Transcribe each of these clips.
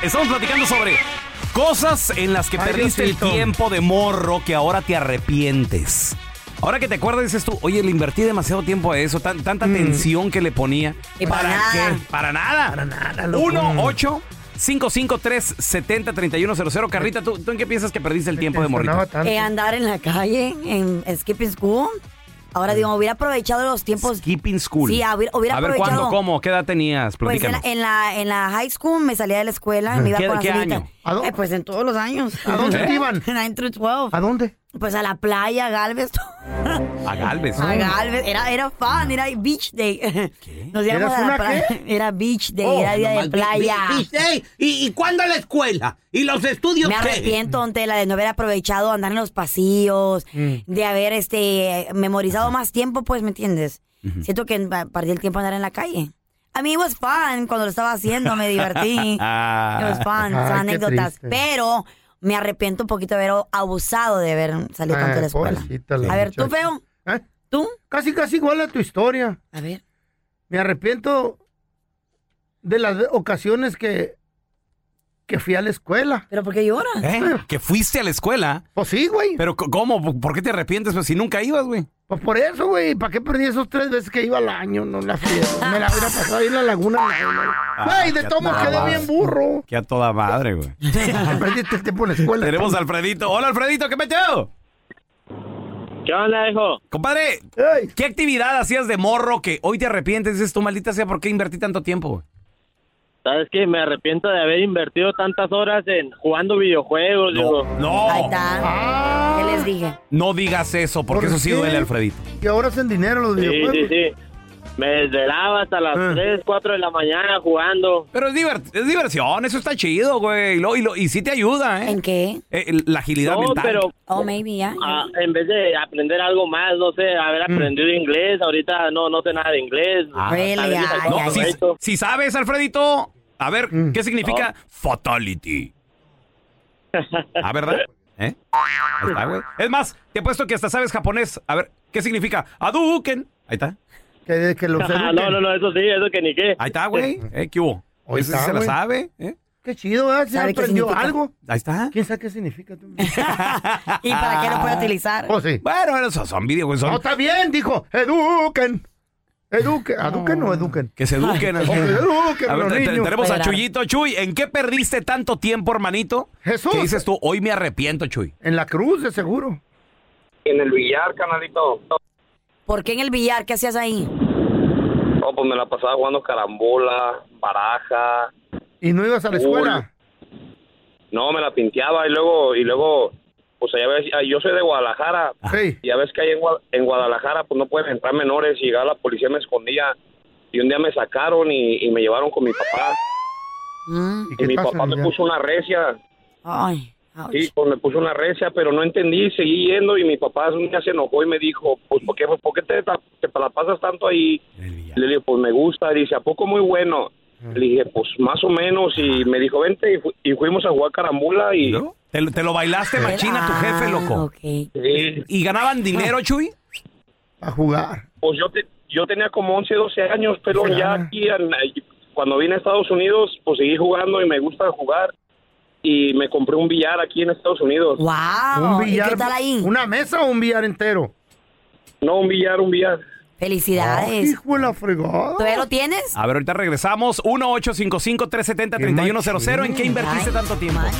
Estamos platicando sobre cosas en las que Ay, perdiste el Diosito. tiempo de morro que ahora te arrepientes. Ahora que te acuerdas, dices tú, oye, le invertí demasiado tiempo a eso, tan- tanta tensión que le ponía. Y para nada. ¿Para nada? Para nada, 1 8 553 70 31 00 Carrita, ¿tú, tú en qué piensas que perdiste el tiempo de morrito? Sonaba tanto. Eh, andar en la calle, en Skipping School. Ahora digo, hubiera aprovechado los tiempos. Keeping school. Sí, hubiera- hubiera A ver, ¿cuándo? aprovechado. ¿Cómo? ¿Qué edad tenías? Pues en Platícanos. la, en, la, en la high school me salía de la escuela, me iba ¿Qué- con la qué solita. año? ¿A dónde? Eh, pues en todos los años. ¿A dónde te iban? En 9 through 12. ¿A dónde? Pues a la playa, Galvez. A Galvez. A Ah. Galvez. Era, era fan, era beach day. Nos íbamos ¿Eras a la una Oh, playa. Era beach day, Oh, era día de playa. ¿Y, ¿Y cuándo la escuela? ¿Y los estudios Me arrepiento, don Tela, de no haber aprovechado andar en los pasillos, Mm. de haber este memorizado más tiempo, pues, ¿me entiendes? Siento que pa- perdí el tiempo de andar en la calle. A mí it was fun cuando lo estaba haciendo, me divertí. It was Ay, fun, son qué anécdotas. triste. Pero me arrepiento un poquito de haber abusado de haber salido tanto de la Ay, escuela. Ah, Eh, pobrecita la A ver, tú, muchacha. feo, ¿Eh? tú. Casi, casi igual a tu historia. A ver. Me arrepiento de las ocasiones que, que fui a la escuela. ¿Pero por qué lloras? ¿Eh? Que fuiste a la escuela. Pues sí, güey. Pero c- ¿cómo? ¿Por qué te arrepientes pues, si nunca ibas, güey? Pues por eso, güey. ¿Para qué perdí esos tres veces que iba al año? No la fui. Me la hubiera pasado ahí en la laguna. no, no. Ah, Ah, Güey, de ya todos modos nada quedé más. bien burro. Que a toda madre, güey. Perdí el tiempo en la escuela. Tenemos a Alfredito. Hola, Alfredito, ¿qué metió? ¿Qué onda, hijo? Compadre, Ey, ¿qué actividad hacías de morro que hoy te arrepientes? Dices tú, maldita sea, ¿por qué invertí tanto tiempo? güey? Sabes que me arrepiento de haber invertido tantas horas en jugando videojuegos, No, digo. Ahí no, está. Ah. ¿Qué les dije? no digas eso, porque ¿Por eso sí qué? duele, Alfredito. Y ahora hacen dinero los Sí, videojuegos. sí, sí. Me desvelaba hasta las Ah. 3, 4 de la mañana jugando. Pero es, divert- es diversión, eso está chido, güey. Y, lo- y lo- y sí te ayuda, ¿eh? ¿En qué? Eh, el- la agilidad No, mental. pero Oh, maybe, ya. ah, en vez de aprender algo más, no sé, haber aprendido inglés, ahorita no, no sé nada de inglés. Mm. Ah. Really, Haber ay, sacado No, ay, si, ay. provecho. si sabes, Alfredito, a ver, Mm. ¿qué significa fatality? ¿Ah, verdad? ¿Eh? Ahí está, güey. Es más, te he puesto que hasta sabes japonés. A ver, ¿qué significa? Aduken. Ahí está. Que, que los Ah, eduquen. no, no, no, eso sí, eso que ni qué. Ahí está, güey. ¿Eh? ¿Qué hubo? Ahí Ese está, se la güey. sabe. ¿eh? Qué chido, ¿verdad? Se ¿Sabe qué aprendió significa? algo. Ahí está. ¿Quién sabe qué significa? Tú? ¿Y para qué lo puedo utilizar? Oh, sí. Bueno, esos son videos, No, son está bien, dijo. Eduquen. Eduquen. ¿Eduquen Ah. o eduquen? que se eduquen. O que eduquen A a ver, los te- te- niños. tenemos a Espera. Chuyito. Chuy, ¿en qué perdiste tanto tiempo, hermanito? Jesús. ¿Qué dices tú? Hoy me arrepiento, Chuy. En la cruz, de seguro. En el billar, canalito. ¿Por qué en el billar? ¿Qué hacías ahí? No, pues me la pasaba jugando carambola, baraja. Y no ibas a la Uy. escuela. No, me la pinteaba y luego, y luego, pues allá ves, ah, yo soy de Guadalajara. Sí. Y ya ves que ahí en, Gua- en Guadalajara, pues no pueden entrar menores. Y llegaba la policía, me escondía. Y un día me sacaron y, y me llevaron con mi papá. Mm. Y mi pasa, papá me ya? puso una recia. Ay, ouch. Sí, pues me puso una recia, pero no entendí. Seguí yendo y mi papá un día se enojó y me dijo, pues, ¿por qué, por qué te, ta- te la pasas tanto ahí? Le digo, pues me gusta. Dice, ¿a poco muy bueno? Ah. Le dije, pues más o menos. Y me dijo, vente. Y, fu- y fuimos a jugar carambola. Y ¿No? Te, lo- te lo bailaste machina tu jefe, Ah, loco. ok. Sí, ¿Y ganaban dinero, Chuy? A Ah. jugar. pues yo, te- yo tenía como 11, 12 años, pero Ah. ya aquí, en- cuando vine a Estados Unidos, pues seguí jugando y me gusta jugar. Y me compré un billar aquí en Estados Unidos. Wow. un billar. Ah, ¿Y qué tal ahí? ¿Una mesa o un billar entero? No, un billar, un billar. Ay, Felicidades. Ah, hijo de la fregada. ¿Todavía lo tienes? A ver, ahorita regresamos. 1-855-370-3100. ¿En qué invertiste Ay, tanto tiempo? ay.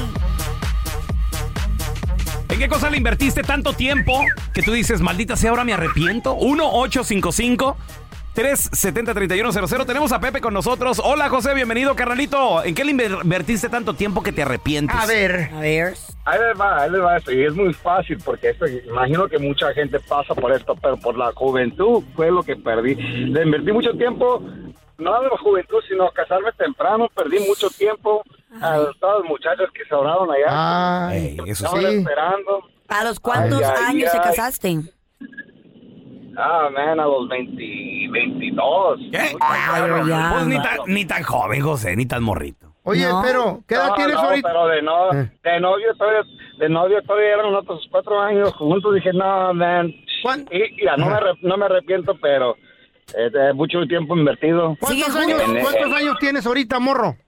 ¿En qué cosa le invertiste tanto tiempo que tú dices, maldita sea, ahora me arrepiento? 1-855-370-3100. Tenemos a Pepe con nosotros. Hola, José, bienvenido, carnalito. ¿En qué le inver- invertiste tanto tiempo que te arrepientes? A ver. A ver. Ahí les va, ahí les va esto. Y es muy fácil porque esto, imagino que mucha gente pasa por esto, pero por la juventud fue lo que perdí. Le invertí mucho tiempo no de la juventud, sino casarme temprano. Perdí mucho tiempo a todas las muchachas que se oraron Ah, allá. Ah. Ay, que me eso estaban Eh, sí. esperando. ¿A los cuántos Ay, ay, años te ay. casaste? Ah, man, a los 20, 22. ¿Qué? Ay, ya. Pues ni tan, ni tan joven, José, ni tan morrito. Oye, No. pero, ¿qué edad No, tienes no, ahorita? pero de, no, Eh. de novio todavía, de novio todavía eran otros cuatro años juntos. Dije, no, man. ¿Cuán- Y, mira, no, me, arrep- no me arrepiento, pero eh, de mucho tiempo invertido. ¿Cuántos ¿Sigues años, juntos? ¿Cuántos años tienes ahorita, morro? Ah.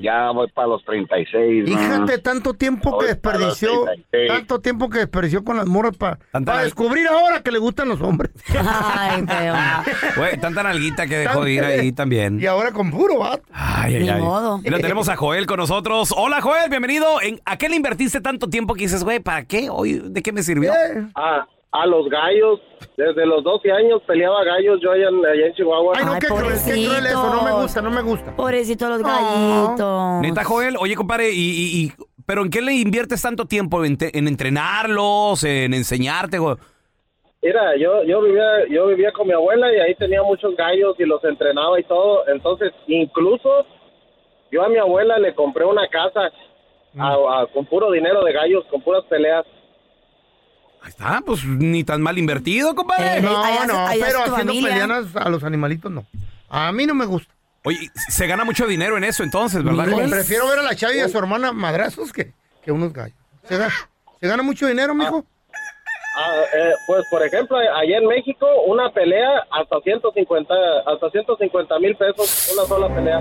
Ya voy para los 36. ¿no? Fíjate, tanto tiempo que Ahorita desperdició, los 36. tanto tiempo que desperdició con las morras para Tanta- descubrir ahora que le gustan los hombres. Ay, feo. Ah. Güey, tanta nalguita que dejó de ir ahí también. Y ahora con puro vato. Ay, ay, Ni ay. modo. Mira, tenemos a Joel con nosotros. Hola, Joel, bienvenido. ¿En, ¿A qué le invertiste tanto tiempo que dices, güey, para qué? Hoy, ¿De qué me sirvió? Eh, A, Ah, a los gallos, desde los 12 años peleaba gallos yo allá en, allá en Chihuahua. Ay, no, Ay, qué cruel, qué cruel eso, no me pobrecitos. gusta, no me gusta. Pobrecito los No. gallitos. Neta, Joel, oye, compadre, y, y- y- ¿pero en qué le inviertes tanto tiempo? ¿En, te- en entrenarlos? ¿En enseñarte? güey? Mira, yo, yo vivía, yo vivía con mi abuela y ahí tenía muchos gallos y los entrenaba y todo. Entonces, incluso yo a mi abuela le compré una casa a- a- con puro dinero de gallos, con puras peleas. Ahí está, pues ni tan mal invertido, compadre. Eh, No, ahí hace- no, ahí hace pero tu haciendo familia. peleanas a los animalitos no. A mí no me gusta. Oye, se gana mucho dinero en eso entonces, ¿verdad, Miles. Joel? Prefiero ver a la Chavi y a su hermana madrazos que, que unos gallos. Se gana, se gana mucho dinero, mijo. Ah, eh, pues, por ejemplo, allá en México, una pelea hasta 150 hasta 150 mil pesos, una sola pelea.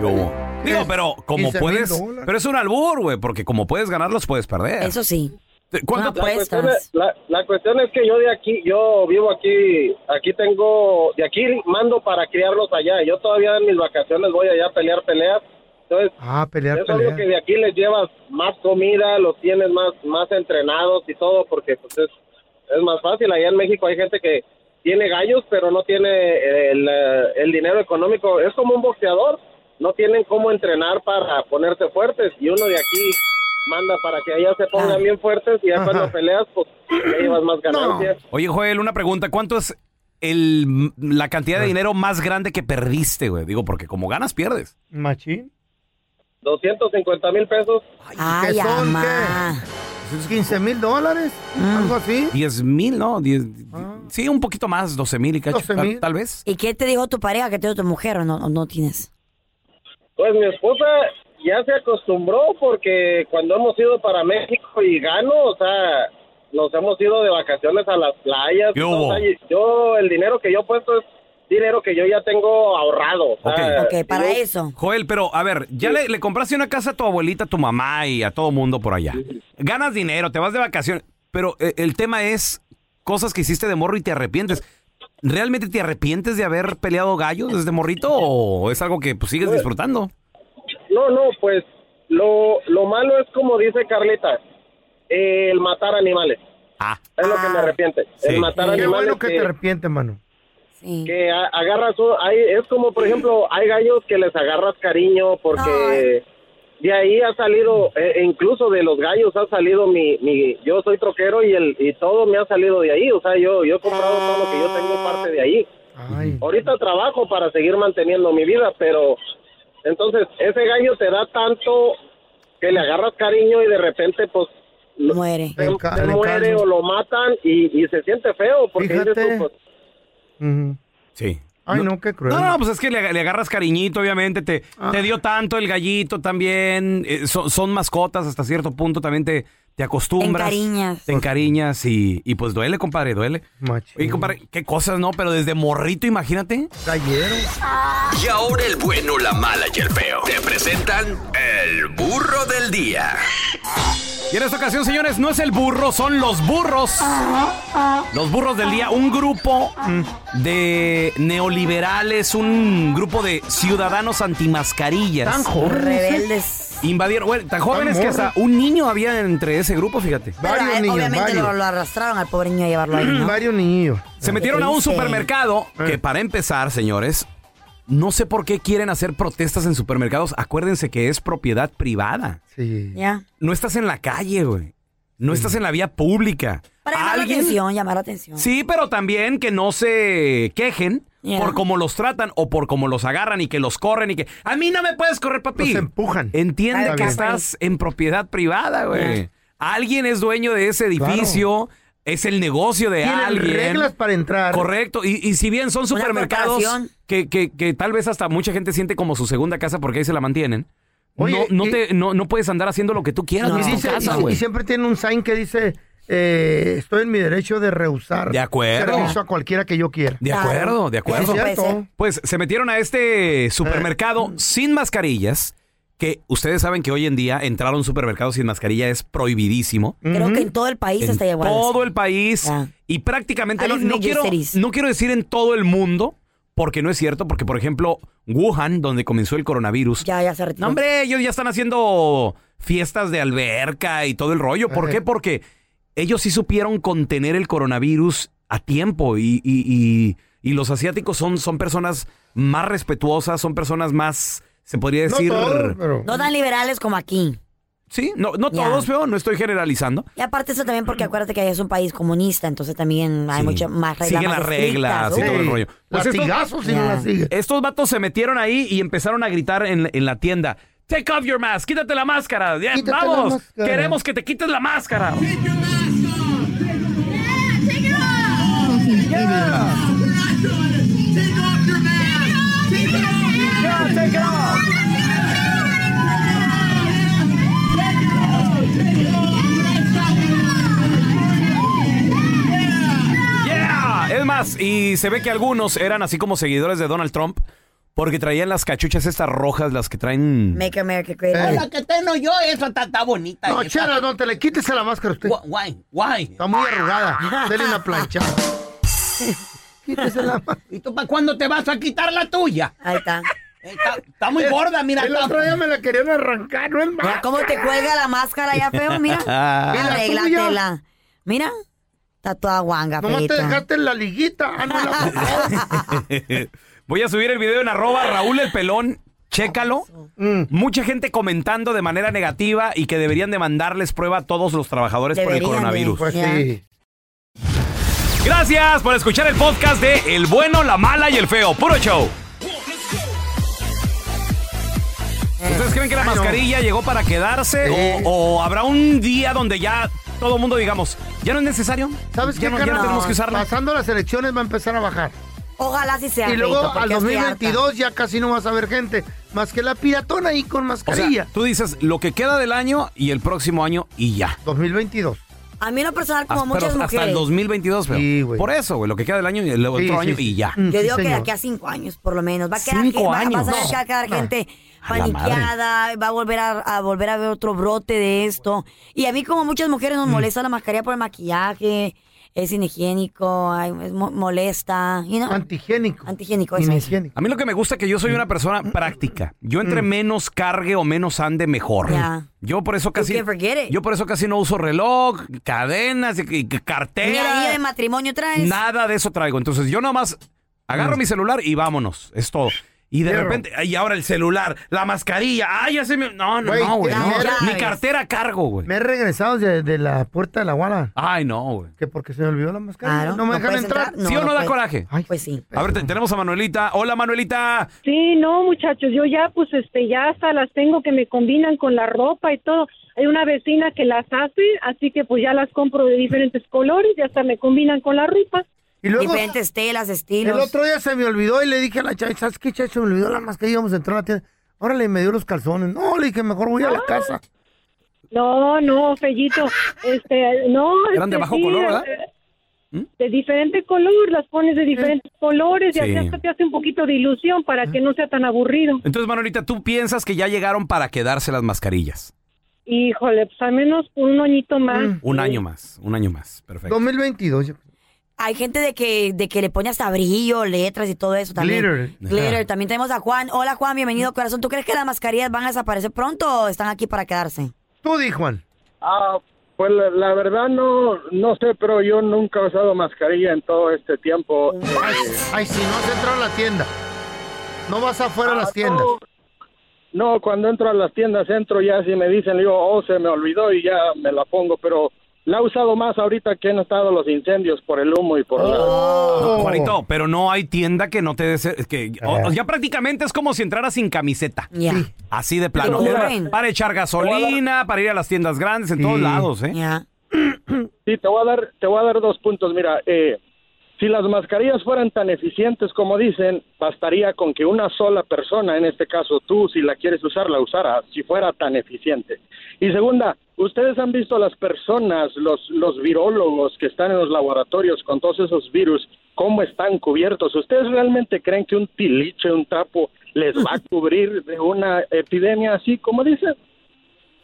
Yo- Digo, pero como 15,000 puedes... dólares. Pero es un albur, güey, porque como puedes ganarlos, puedes perder. Eso sí. Te- ¿Cuánto Una La cuestión, apuestas. es, la, la cuestión es que yo de aquí, yo vivo aquí, aquí tengo, de aquí mando para criarlos allá. Yo todavía en mis vacaciones voy allá a pelear peleas. Entonces, Ah, pelear, Eso es lo que pelear. de aquí les llevas más comida, los tienes más más entrenados y todo, porque pues es, es más fácil. Allá en México hay gente que tiene gallos, pero no tiene el, eh, el dinero económico. Es como un boxeador, no tienen cómo entrenar para ponerse fuertes. Y uno de aquí manda para que allá se pongan bien fuertes y ya Ah. Ajá. cuando peleas, pues te llevas más ganancias. Oye, Joel, una pregunta. ¿Cuánto es el, la cantidad de dinero más grande que perdiste, güey? Digo, porque como ganas, pierdes. Machín. 250 mil pesos. Ay, ¿qué son, qué? ama. 15 mil dólares, algo así. 10 mil, ¿no? 10, Ah. Sí, un poquito más, 12 mil y cacho. 12,000. Tal, tal vez. ¿Y qué te dijo tu pareja que te dio tu mujer o no, o no tienes? Pues mi esposa ya se acostumbró porque cuando hemos ido para México y gano, o sea, nos hemos ido de vacaciones a las playas. ¿Qué hubo? O sea, y yo, el dinero que yo he puesto es dinero que yo ya tengo ahorrado. o sea, Ok, para Ah, digo, eso. Joel, pero a ver, ya le, le compraste una casa a tu abuelita, a tu mamá y a todo mundo por allá. Ganas dinero, te vas de vacaciones, pero eh, el tema es cosas que hiciste de morro y te arrepientes. ¿Realmente te arrepientes de haber peleado gallos desde morrito o es algo que pues, sigues disfrutando? No, no, pues lo, lo malo es como dice Carlita, el matar animales. Ah, Es lo que me Ah, arrepiente. sí. El matar Qué animales. bueno que que- te arrepientes, mano. Sí. que a- agarras un- hay, es como por ejemplo hay gallos que les agarras cariño porque de ahí ha salido e- e incluso de los gallos ha salido mi, mi yo soy troquero y el y todo me ha salido de ahí o sea yo yo he comprado todo lo que yo tengo parte de ahí Ay. ahorita trabajo para seguir manteniendo mi vida pero entonces ese gallo te da tanto que le agarras cariño y de repente pues lo- Muere. se, El ca- se el muere caldo. o lo matan y, y se siente feo porque dices tú, Fíjate. pues, Ujú. sí. Ay, no, qué cruel. No, no, pues es que le, le agarras cariñito, obviamente. Te, Ah. te dio tanto el gallito también. eh, son, son mascotas hasta cierto punto. También te, te acostumbras. encariñas. Te encariñas y, y pues duele, compadre, duele. Machín. Oye, compadre, qué cosas, ¿no? Pero desde morrito, imagínate. Gallero. Y ahora el bueno, la mala y el feo. Te presentan el burro del día. Y en esta ocasión, señores, no es el burro, son los burros. Los burros del día. Un grupo de neoliberales, un grupo de ciudadanos antimascarillas. Tan joven. Rebeldes. Invadieron, bueno, tan jóvenes Tan que morro. hasta un niño había entre ese grupo, fíjate. Pero Varios a él, niños, obviamente varios. lo, lo arrastraron al pobre niño a llevarlo ahí, ¿no? Varios niños. Se metieron a un triste. supermercado Eh. que para empezar, señores, no sé por qué quieren hacer protestas en supermercados. Acuérdense que es propiedad privada. Sí. Ya. No estás en la calle, güey. No estás en la vía pública. Para llamar la atención, llamar la atención. Sí, pero también que no se quejen Yeah. por cómo los tratan o por cómo los agarran y que los corren y que... A mí no me puedes correr, papi. Los empujan. Entiende Está que bien. estás en propiedad privada, güey. Yeah. Alguien es dueño de ese edificio, es el negocio de Tienen alguien. reglas para entrar. Correcto, y, y si bien son supermercados corporación. que, que- que tal vez hasta mucha gente siente como su segunda casa porque ahí se la mantienen, Oye, no, no, y- te, no, no puedes andar haciendo lo que tú quieras, No. no es Y, tu dice- casa, y- y güey. siempre tiene un sign que dice, eh, estoy en mi derecho de rehusar De acuerdo. servicio a cualquiera que yo quiera. De acuerdo, de Es acuerdo. Eso puede cierto. Eh. ser. Pues se metieron a este supermercado sin mascarillas, que ustedes saben que hoy en día entrar a un supermercado sin mascarilla es prohibidísimo. Creo que en todo el país En está igual. todo el país Ah. y prácticamente A no, las no major quiero, cities. no quiero decir en todo el mundo, porque no es cierto, porque por ejemplo Wuhan, donde comenzó el coronavirus, Ya, ya se retiró. no, hombre, ellos ya están haciendo fiestas de alberca y todo el rollo. ¿Por Ajá. qué? Porque ellos sí supieron contener el coronavirus a tiempo y, y- y- y los asiáticos son, son personas más respetuosas, son personas más, se podría No decir... todo, pero- No tan liberales como aquí. Sí, no, no Ya. todos, pero no estoy generalizando. Y aparte eso también porque acuérdate que ahí es un país comunista, entonces también hay Sí. muchas más reglas. Siguen más las estrictas, reglas y ¿no? todo el Sí. rollo. Pues esto- Latigazos si no Ya. la sigue. Estos vatos se metieron ahí y empezaron a gritar en, en la tienda. Take off your mask, quítate la máscara. Ya, Quítate la vamos, máscara. queremos que te quites la máscara. Yeah. Ah, Es más, y se ve que algunos eran así como seguidores de Donald Trump porque traían las cachuchas estas rojas, las que traen... Make America Great. Eh. again. La que tengo yo, esa está, está bonita. No, esa. chera, Ah, no te le quites a la máscara a usted. Gua- Guay, guay. Está muy arrugada. Dele una plancha. quítese la máscara. ¿Y tú para cuándo te vas a quitar la tuya? Ahí está. Está, está muy gorda, mira. El está- otro día me la querían arrancar, no es Mira más. cómo te cuelga la máscara ya feo, mira. Ah. ¿Y la Arréglatela. Mira, está toda guanga, Nomás te feíto. dejaste la liguita. Ah, no la Voy a subir el video en arroba Raúl el Pelón. Chécalo. Mm. Mucha gente comentando de manera negativa y que deberían de mandarles prueba a todos los trabajadores por el Deberían de. coronavirus. Pues Ya. sí. Gracias por escuchar el podcast de El Bueno, la Mala y el Feo. Puro show. ¿Ustedes creen que la mascarilla llegó para quedarse Sí. o, o habrá un día donde ya todo el mundo digamos, ya no es necesario? ¿Sabes ya qué, no, ya no carnal? tenemos que usarla. Pasando las elecciones va a empezar a bajar. Ojalá sí sea. Y luego feíto, porque al estoy 2022 ya casi no vas a ver gente. Más que la piratona ahí con O sea, mascarilla. tú dices lo que queda del año y el próximo año y ya. 2022. harta. A mí en lo personal, Ah, como Hasta, muchas pero hasta mujeres, el 2022, feo. Sí, güey. Por eso, güey, lo que queda del año y el otro Sí, sí, año sí. y ya. Mm, yo sí, digo que de señor. aquí a cinco años, por lo menos, va a quedar, Cinco gen- va- años. vas a ver No, que va a quedar no. gente A la madre. paniqueada, va a volver a, a volver a ver otro brote de esto. Y a mí como muchas mujeres Mm. nos molesta la mascarilla por el maquillaje, es inhigiénico, ay, es mo- molesta, you know? Antigénico. antihigiénico. eso, eso. Inhigiénico. A mí lo que me gusta es que yo soy una persona Mm. práctica. Yo entre menos cargue o menos ande mejor. Ya. Yo por eso casi can forget it. Yo por eso casi no uso reloj, cadenas, y- y- Ni anillo de cartera. matrimonio traes. Nada de eso traigo. Entonces yo nomás Mm. agarro mi celular y vámonos. Es todo. Y de Fierro. repente, y ahora el celular, la mascarilla, ay, ya se me. No, no, Güey, no, güey. ya, no. ya Ni ves. cartera cargo, güey. Me he regresado de, de la puerta de la guana. Ay, no, güey. Que porque se me olvidó la mascarilla. Claro, no me no dejan puedes entrar. entrar, No, ¿Sí o no, no da puede. coraje? Ay, Pues sí. A ver, te- tenemos a Manuelita. Hola, Manuelita. Sí, no, muchachos, yo ya, pues, este, ya hasta las tengo que me combinan con la ropa y todo. Hay una vecina que las hace, así que pues ya las compro de diferentes colores y hasta me combinan con la ropa. Y luego Diferentes telas, estilos. el otro día se me olvidó y le dije a la chava, ¿sabes qué, chava? Se me olvidó la mascarilla, íbamos a entrar a la tienda. Órale, me dio los calzones. No, le dije, mejor voy a la casa. No, no, Fellito, este, no. Eran este, de bajo color, ¿verdad? ¿Mm? eh, De diferente color, las pones de diferentes colores y Sí. así hasta te hace un poquito de ilusión para que no sea tan aburrido. Entonces, Manuelita, ¿tú piensas que ya llegaron para quedarse las mascarillas? Híjole, pues al menos por un oñito más. Uh. Un año más, un año más. Perfecto. 2022. yo- Hay gente de que, de que le pone hasta brillo, letras y todo eso también. Glitter. Glitter. También tenemos a Juan. Hola, Juan, bienvenido, corazón. ¿Tú crees que las mascarillas van a desaparecer pronto o están aquí para quedarse? Tú di, Juan. Ah, pues la, la verdad no, no sé, pero yo nunca he usado mascarilla en todo este tiempo. Ay, ay, si no has entrado a la tienda. No vas afuera a las tiendas. Ah, No, no, cuando entro a las tiendas, entro ya si me dicen, le digo, oh, se me olvidó y ya me la pongo, pero la ha usado más ahorita que han estado los incendios por el humo y por Oh. la... Ah, Juanito, pero no hay tienda que no te des... es que o- ya prácticamente es como si entraras sin camiseta. Así de plano. Te Es cubren. más, Para echar gasolina, para ir a las tiendas grandes, en todos lados, ¿eh? Sí, te voy a dar, te voy a dar dos puntos. Mira, eh, si las mascarillas fueran tan eficientes como dicen, bastaría con que una sola persona, en este caso tú, si la quieres usar, la usara, si fuera tan eficiente. Y segunda, ustedes han visto las personas, los, los virólogos que están en los laboratorios con todos esos virus, cómo están cubiertos. ¿Ustedes realmente creen que un tiliche, un tapo, les va a cubrir de una epidemia así como dicen?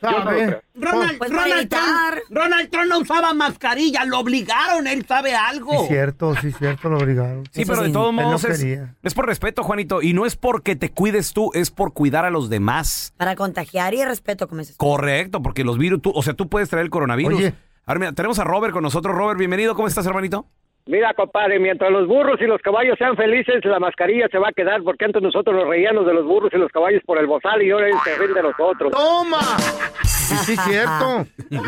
Yo no lo creo. Ronald, Pues, Ronald, Trump, Ronald Trump no usaba mascarilla, lo obligaron, él sabe algo. Sí, cierto, sí, cierto, lo obligaron. Sí, pero de todos Él no modos es, quería. es por respeto, Juanito, y no es porque te cuides tú, es por cuidar a los demás. Para contagiar y respeto, como dices. Correcto, porque los virus, tú, o sea, tú puedes traer el coronavirus. Oye. A ver, mira, tenemos a Robert con nosotros. Robert, bienvenido. ¿Cómo estás, hermanito? Mira, compadre, mientras los burros y los caballos sean felices, la mascarilla se va a quedar, porque antes nosotros nos reíamos de los burros y los caballos por el bozal y ahora ellos se ríen de nosotros. ¡Toma! Sí, cierto.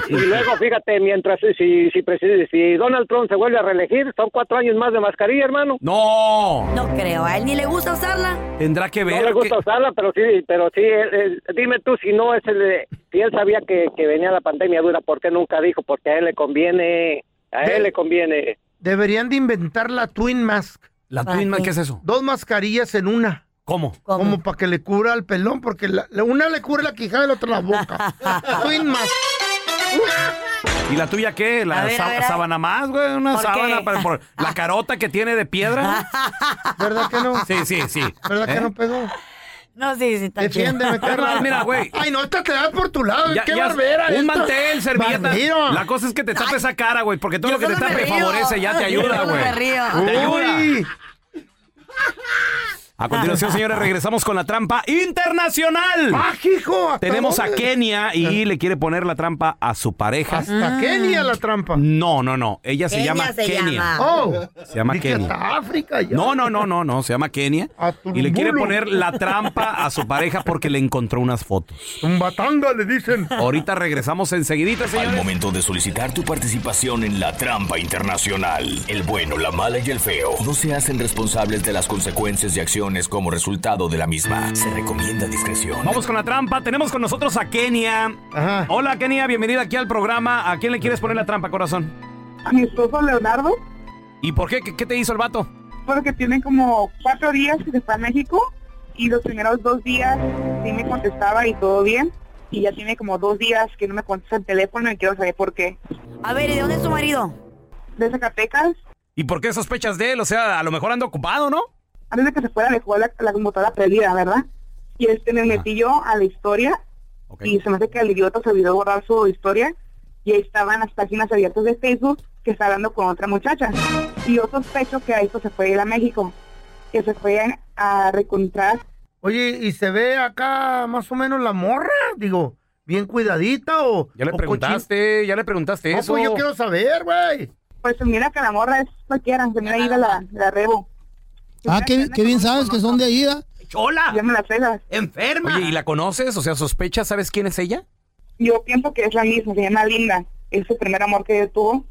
Y luego, fíjate, mientras eh, si, si, preside- si Donald Trump se vuelve a reelegir, son cuatro años más de mascarilla, hermano. ¡No! No creo, a él ni le gusta usarla. Tendrá que ver. No le gusta usarla, pero sí, pero sí, él- él- dime tú si no es el de- si él sabía que, que venía la pandemia dura, ¿por qué nunca dijo? Porque a él le conviene, a él le conviene. Deberían de inventar la Twin Mask. ¿La ¿Para Twin Mask qué? qué es eso? Dos mascarillas en una. ¿Cómo? Como para que le cubra al pelón, porque la- la- una le cubre la quijada y la otra la boca. Twin Mask. ¿Y la tuya qué? ¿La A ver, sa- a ver, a ver. sábana más, güey? ¿Una ¿Por sábana qué? para, por la carota que tiene de piedra? ¿Verdad que no? Sí, sí, sí. ¿Verdad ¿Eh? que no pegó? No, sí, sí, está chido. Defiéndeme, Carla. mira, güey. Ay, no, esta te da por tu lado. Ya- Qué ya- barbera. un esta. mantel, servilleta. Barbero. La cosa es que te tape esa cara, güey, porque todo lo que te solo me tape río. favorece, ya te Yo ayuda, solo güey. me río. Te ayuda. Uy. A continuación, señores, regresamos con la trampa internacional. Ah, ¡Mágico! ¿Hasta Tenemos a dónde? Kenia y le quiere poner la trampa a su pareja. Ah. Hasta Kenia la trampa. No, no, no. Ella se llama Mm. Kenia. Oh, Se llama di que Kenia. hasta África ya. No, no, no, no, no. Se llama Kenia. Y le quiere poner la trampa a su pareja porque le encontró unas fotos. Un batanga le dicen. Ahorita regresamos enseguidita, Al señores. momento de solicitar tu participación en la trampa internacional, el bueno, la mala y el feo no se hacen responsables de las consecuencias y acciones como resultado de la misma. Se recomienda discreción. Vamos con la trampa. Tenemos con nosotros a Kenia. Hola, Kenia. Bienvenida aquí al programa. ¿A quién le quieres poner la trampa, corazón? a mi esposo Leonardo, ¿Y por qué? ¿Qué, qué te hizo el vato? porque Pues tienen como cuatro días que se fue a México y los primeros dos días sí me contestaba y todo bien. Y ya tiene como dos días que no me contesta el teléfono y quiero saber por qué. A ver, ¿y de dónde es tu marido? De Zacatecas, ¿Y por qué sospechas de él? O sea, a lo mejor anda ocupado, ¿no? antes de que se fuera le dejó la, la computadora perdida, ¿verdad? Y este me metí yo a la historia y se me hace que al idiota se olvidó borrar su historia y ahí estaban las páginas abiertas de Facebook que está hablando con otra muchacha. Y yo sospecho que a esto se fue a ir a México, que se fue a- a recontrar Oye, ¿y se ve acá más o menos la morra? Digo, bien cuidadita o. Ya le o preguntaste, ya le preguntaste No, eso. pues yo quiero saber, güey. Pues mira que la morra es cualquiera, se mira ahí de la, de la rebo. Ah, qué, qué bien sabes que son de ahí, ¿ah? ¡Chola! Ya me la pelas. Enferma. Oye, ¿y la conoces? O sea, sospechas, ¿sabes quién es ella? Yo pienso que es la misma, se llama Linda. Es su primer amor que tuvo.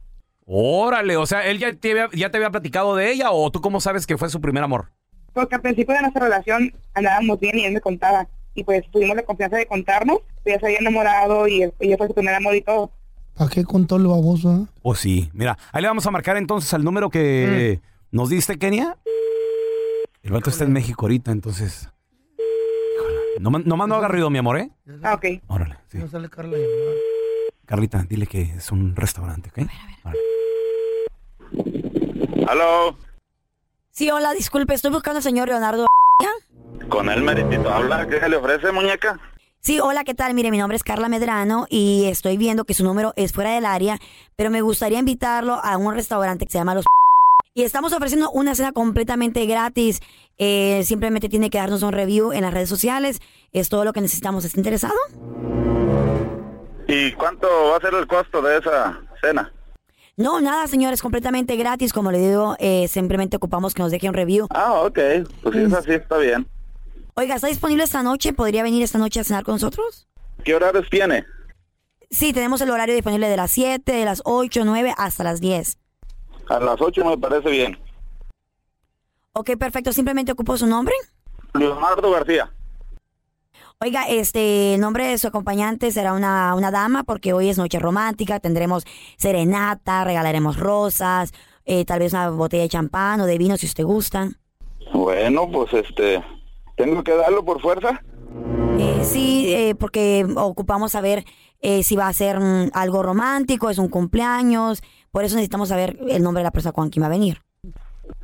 Órale, o sea, él ya te, había, ya te había platicado de ella o tú cómo sabes que fue su primer amor. Porque al principio de nuestra relación andábamos bien y él me contaba. Y pues tuvimos la confianza de contarnos. Ella se había enamorado y él- ella fue su primer amor y todo. ¿Para qué contó el baboso, ah? O Pues sí, mira, ahí le vamos a marcar entonces al número que nos diste, Kenia. El vato está en México ahorita, entonces. Híjole, Nomás, nomás no haga ruido, mi amor, ¿eh? Ah, ok. Órale, No sale Carla llamada. Carlita, dile que es un restaurante, ¿ok? Aló, Sí, hola, disculpe, estoy buscando al señor Leonardo. con el meritito habla, ¿qué se le ofrece, muñeca? Sí, hola, ¿qué tal? Mire, mi nombre es Carla Medrano y estoy viendo que su número es fuera del área, pero me gustaría invitarlo a un restaurante que se llama Los y estamos ofreciendo una cena completamente gratis. Eh, simplemente tiene que darnos un review en las redes sociales. Es todo lo que necesitamos. ¿Está interesado? ¿Y cuánto va a ser el costo de esa cena? No, nada, señores, completamente gratis. Como le digo, eh, simplemente ocupamos que nos deje un review. Ah, ok, pues si es así, está bien. Oiga, ¿está disponible esta noche? ¿Podría venir esta noche a cenar con nosotros? ¿Qué horarios tiene? Sí, tenemos el horario disponible de las 7, de las 8, 9 hasta las 10. A las 8 me parece bien. Ok, perfecto. Simplemente ocupo su nombre. Leonardo García. Oiga, este, el nombre de su acompañante será una, una dama porque hoy es noche romántica, tendremos serenata, regalaremos rosas, eh, tal vez una botella de champán o de vino si usted gusta. Bueno, pues este, ¿tengo que darlo por fuerza? Eh, sí, eh, porque ocupamos saber eh, si va a ser mm, algo romántico, es un cumpleaños, por eso necesitamos saber el nombre de la persona con quien va a venir.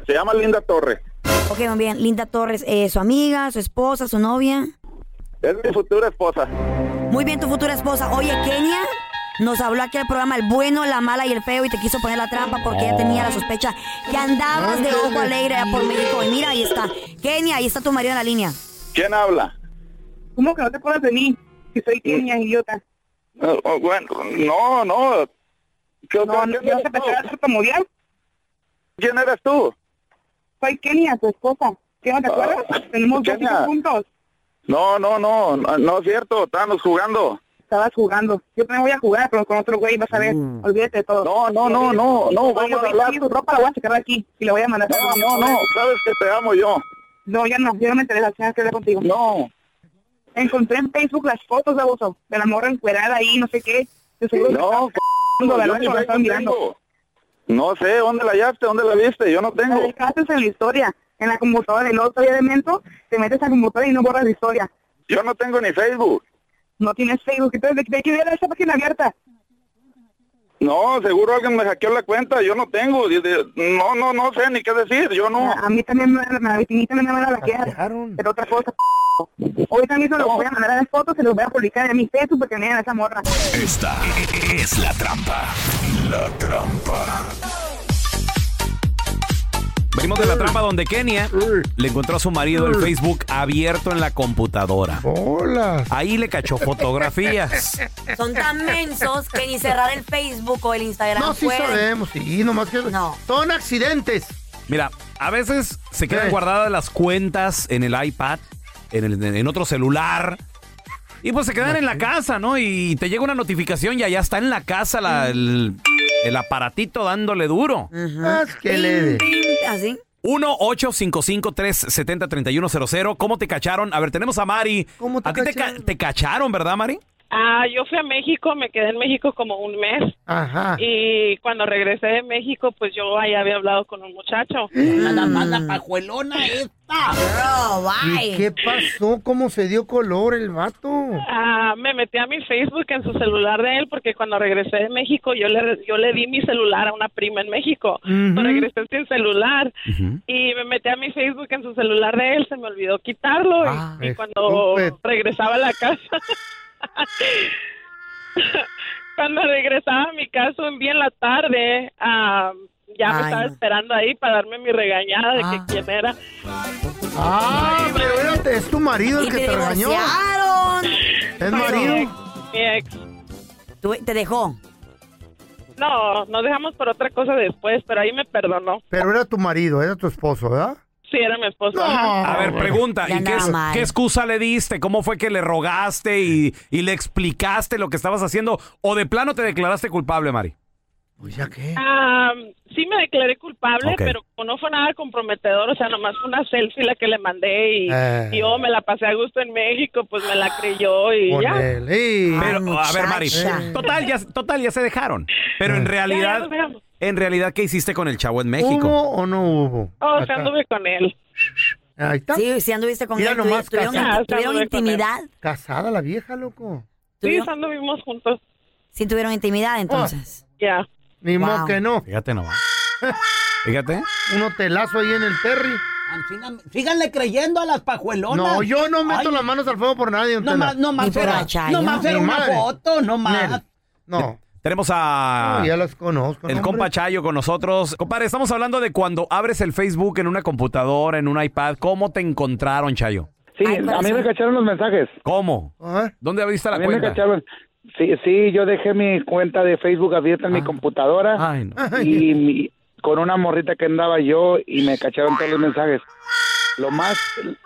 Se llama Linda Torre. Ok, muy bien. Linda Torres, eh, su amiga, su esposa, su novia. Es mi futura esposa. Muy bien, tu futura esposa. Oye, Kenia nos habló aquí al programa El Bueno, la Mala y el Feo y te quiso poner la trampa porque ella tenía la sospecha que andabas de ojo alegre allá por México. Y mira, ahí está. Kenia, ahí está tu marido en la línea. ¿Quién habla? ¿Cómo que no te acuerdas de mí? Que soy Kenia, idiota. Eh, oh, bueno, no, no. ¿Qué- No, qué- no, qué- no te pensarás que te movías. ¿Quién eres tú? Ah. Soy Kenia, tu esposa. ¿Qué no te acuerdas? Tenemos dos Kenia. hijos juntos. No, no, no, no, no es cierto, estábamos jugando. Estabas jugando. Yo también voy a jugar, pero con otro güey, vas a ver. Olvídate de todo. No, no, no, no, no, vamos a hablar. Tu ropa la voy a sacar de aquí y la voy a mandar. No, no, no, sabes que te amo yo. No, ya no, yo no me interesa, tengo que hablar contigo. No. Encontré en Facebook las fotos de abuso, de la morra encuerada ahí, no sé qué. Yo seguro que No, estaba- yo la ni noche cuando Facebook estaba mirando. tengo. No sé, ¿dónde la hallaste? ¿Dónde la viste? Yo no La tengo. dejaste en la historia, en la computadora del otro día de mento, te metes a la computadora y no borras la historia. Yo no tengo ni Facebook. No tienes Facebook, entonces de, de qué ver esa página abierta. No, seguro alguien me hackeó la cuenta, yo no tengo. y de- No, no, no sé ni qué decir, yo no. A mí también me, me, a mí también me la hackearon. Pero otra cosa, hoy también se los voy a mandar las fotos, se los voy a publicar en mi Facebook porque me a esa morra. Esta es la trampa. La trampa. Venimos de la trampa donde Kenia le encontró a su marido el Facebook abierto en la computadora. Hola. Ahí le cachó fotografías. Son tan mensos que ni cerrar el Facebook o el Instagram No, sí pueden. sabemos, sí, nomás que son accidentes. Mira, a veces se quedan Eh. guardadas las cuentas en el iPad, en, el- en otro celular. Y pues se quedan en la casa, ¿no? Y te llega una notificación y allá está en la casa la- el, el aparatito dándole duro. que le dé. ¿Así? 1-855-370-3100. ¿Cómo te cacharon? A ver, tenemos a Mari. ¿A ti te, ca- te cacharon, verdad, Mari? Ah, yo fui a México, me quedé en México como un mes. Ajá. Y cuando regresé de México, pues yo ahí había hablado con un muchacho. La mala pajuelona esta. ¿Y qué pasó? ¿Cómo se dio color el vato? Ah, me metí a mi Facebook en su celular de él porque cuando regresé de México yo le yo le di mi celular a una prima en México. Ujú. Regresé sin celular y me metí a mi Facebook en su celular de él, se me olvidó quitarlo y- Ah, y, cuando estúpido. regresaba a la casa cuando regresaba a mi casa un día en la tarde ah, ya me Ay, estaba no. esperando ahí para darme mi regañada de que quién era. Ah, pero era- es tu marido el que te regañó. ¿Es marido? Mi ex. ¿Te dejó? No, nos dejamos por otra cosa después, pero ahí me perdonó. Pero era tu marido, era tu esposo, ¿verdad? Sí, era mi esposo. A ver, pregunta, ¿y qué, es- qué excusa le diste? ¿Cómo fue que le rogaste y, y le explicaste lo que estabas haciendo? ¿O de plano te declaraste culpable, Mari? Ah, sí me declaré culpable, Ok. pero como no fue nada comprometedor, o sea, nomás fue una selfie la que le mandé y Eh. y yo me la pasé a gusto en México, pues me la creyó y ya. Pero, a ver, Mari, muchacha. total ya, total, ya se dejaron. Pero en Ya, ya realidad, nos dejamos. en realidad, ¿qué hiciste con el chavo en México? ¿Hubo o no hubo? Oh, se Acá. anduve con él. Ahí está. Sí, sí anduviste con Mira él. nomás, tuvieron Ah, casada. tuvieron intimidad. Casada la vieja, loco. Sí, anduvimos juntos. Sí tuvieron intimidad entonces. Ya. Ah, Ni modo que no. Fíjate nomás. Fíjate. Un hotelazo ahí en el Terry. Síganme- Síganle creyendo a las pajuelonas. No, yo no meto Ay, las manos al fuego por nadie. don No Tela. más, no más era, no más Ni era una madre. foto, no más. No. Tenemos a. No, Ah, ya las conozco. El no, compa Chayo con nosotros. Compadre, estamos hablando de cuando abres el Facebook en una computadora, en un iPad. ¿Cómo te encontraron, Chayo? Sí, a mí me cacharon los mensajes. ¿Cómo? ¿Dónde abriste la A mí me cuenta? cacharon. Sí, sí, yo dejé mi cuenta de Facebook abierta en Ah. mi computadora y mi- con una morrita que andaba yo y me cacharon todos los mensajes. Lo más,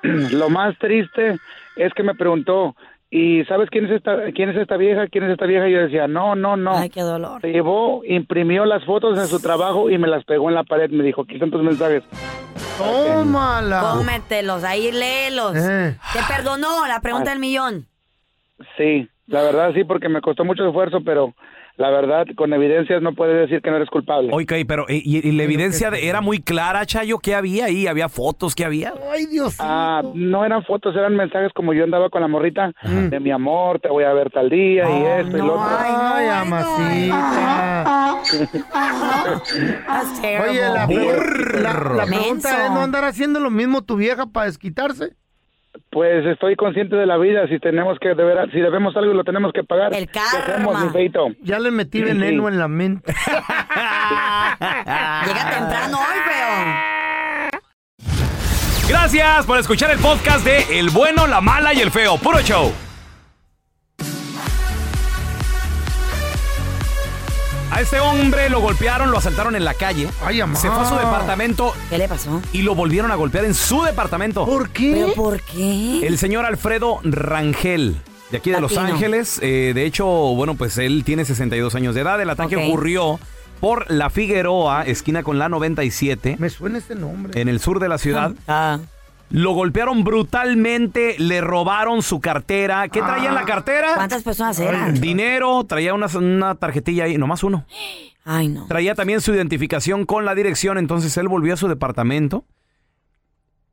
lo más triste es que me preguntó, y ¿sabes quién es esta quién es esta vieja? ¿Quién es esta vieja? Y yo decía, "No, no, no." Ay, qué dolor. Se llevó, imprimió las fotos en su trabajo y me las pegó en la pared, me dijo, "Aquí están tus mensajes." Tómala. Cómetelos, ahí léelos. Eh. Te perdonó la pregunta Ah. del millón. Sí, la verdad sí porque me costó mucho esfuerzo, pero la verdad con evidencias no puedes decir que no eres culpable. Ok, pero ¿y, y- y la evidencia de- era muy clara, Chayo? ¿Qué había ahí? ¿Había fotos? ¿Qué había? Ay, Dios. Ah, no eran fotos, eran mensajes como yo andaba con la morrita de mi amor, te voy a ver tal día y esto y lo otro. Ay, amacita. Oye, la, pre- la- la pregunta es, ¿no andar haciendo lo mismo tu vieja para desquitarse? Pues estoy consciente de la vida, si tenemos que deber, si debemos algo lo tenemos que pagar. El karma. Ya le metí veneno en la mente. Gracias por escuchar el podcast de El Bueno, la Mala y el Feo. Puro show. A este hombre lo golpearon, lo asaltaron en la calle. se fue a su departamento. ¿Qué le pasó? Y lo volvieron a golpear en su departamento. ¿Por qué? ¿Pero por qué? El señor Alfredo Rangel, de aquí de Los Latino. Ángeles. Eh, de hecho, bueno, pues él tiene 62 años de edad. El ataque Ok. ocurrió por la Figueroa, esquina con la 97. Me suena este nombre. en el sur de la ciudad. Ah. Lo golpearon brutalmente, le robaron su cartera. ¿Qué traía Ah. en la cartera? ¿Cuántas personas eran? Dinero, traía una, una tarjetilla ahí, nomás uno. Ay, no. Traía también su identificación con la dirección, entonces él volvió a su departamento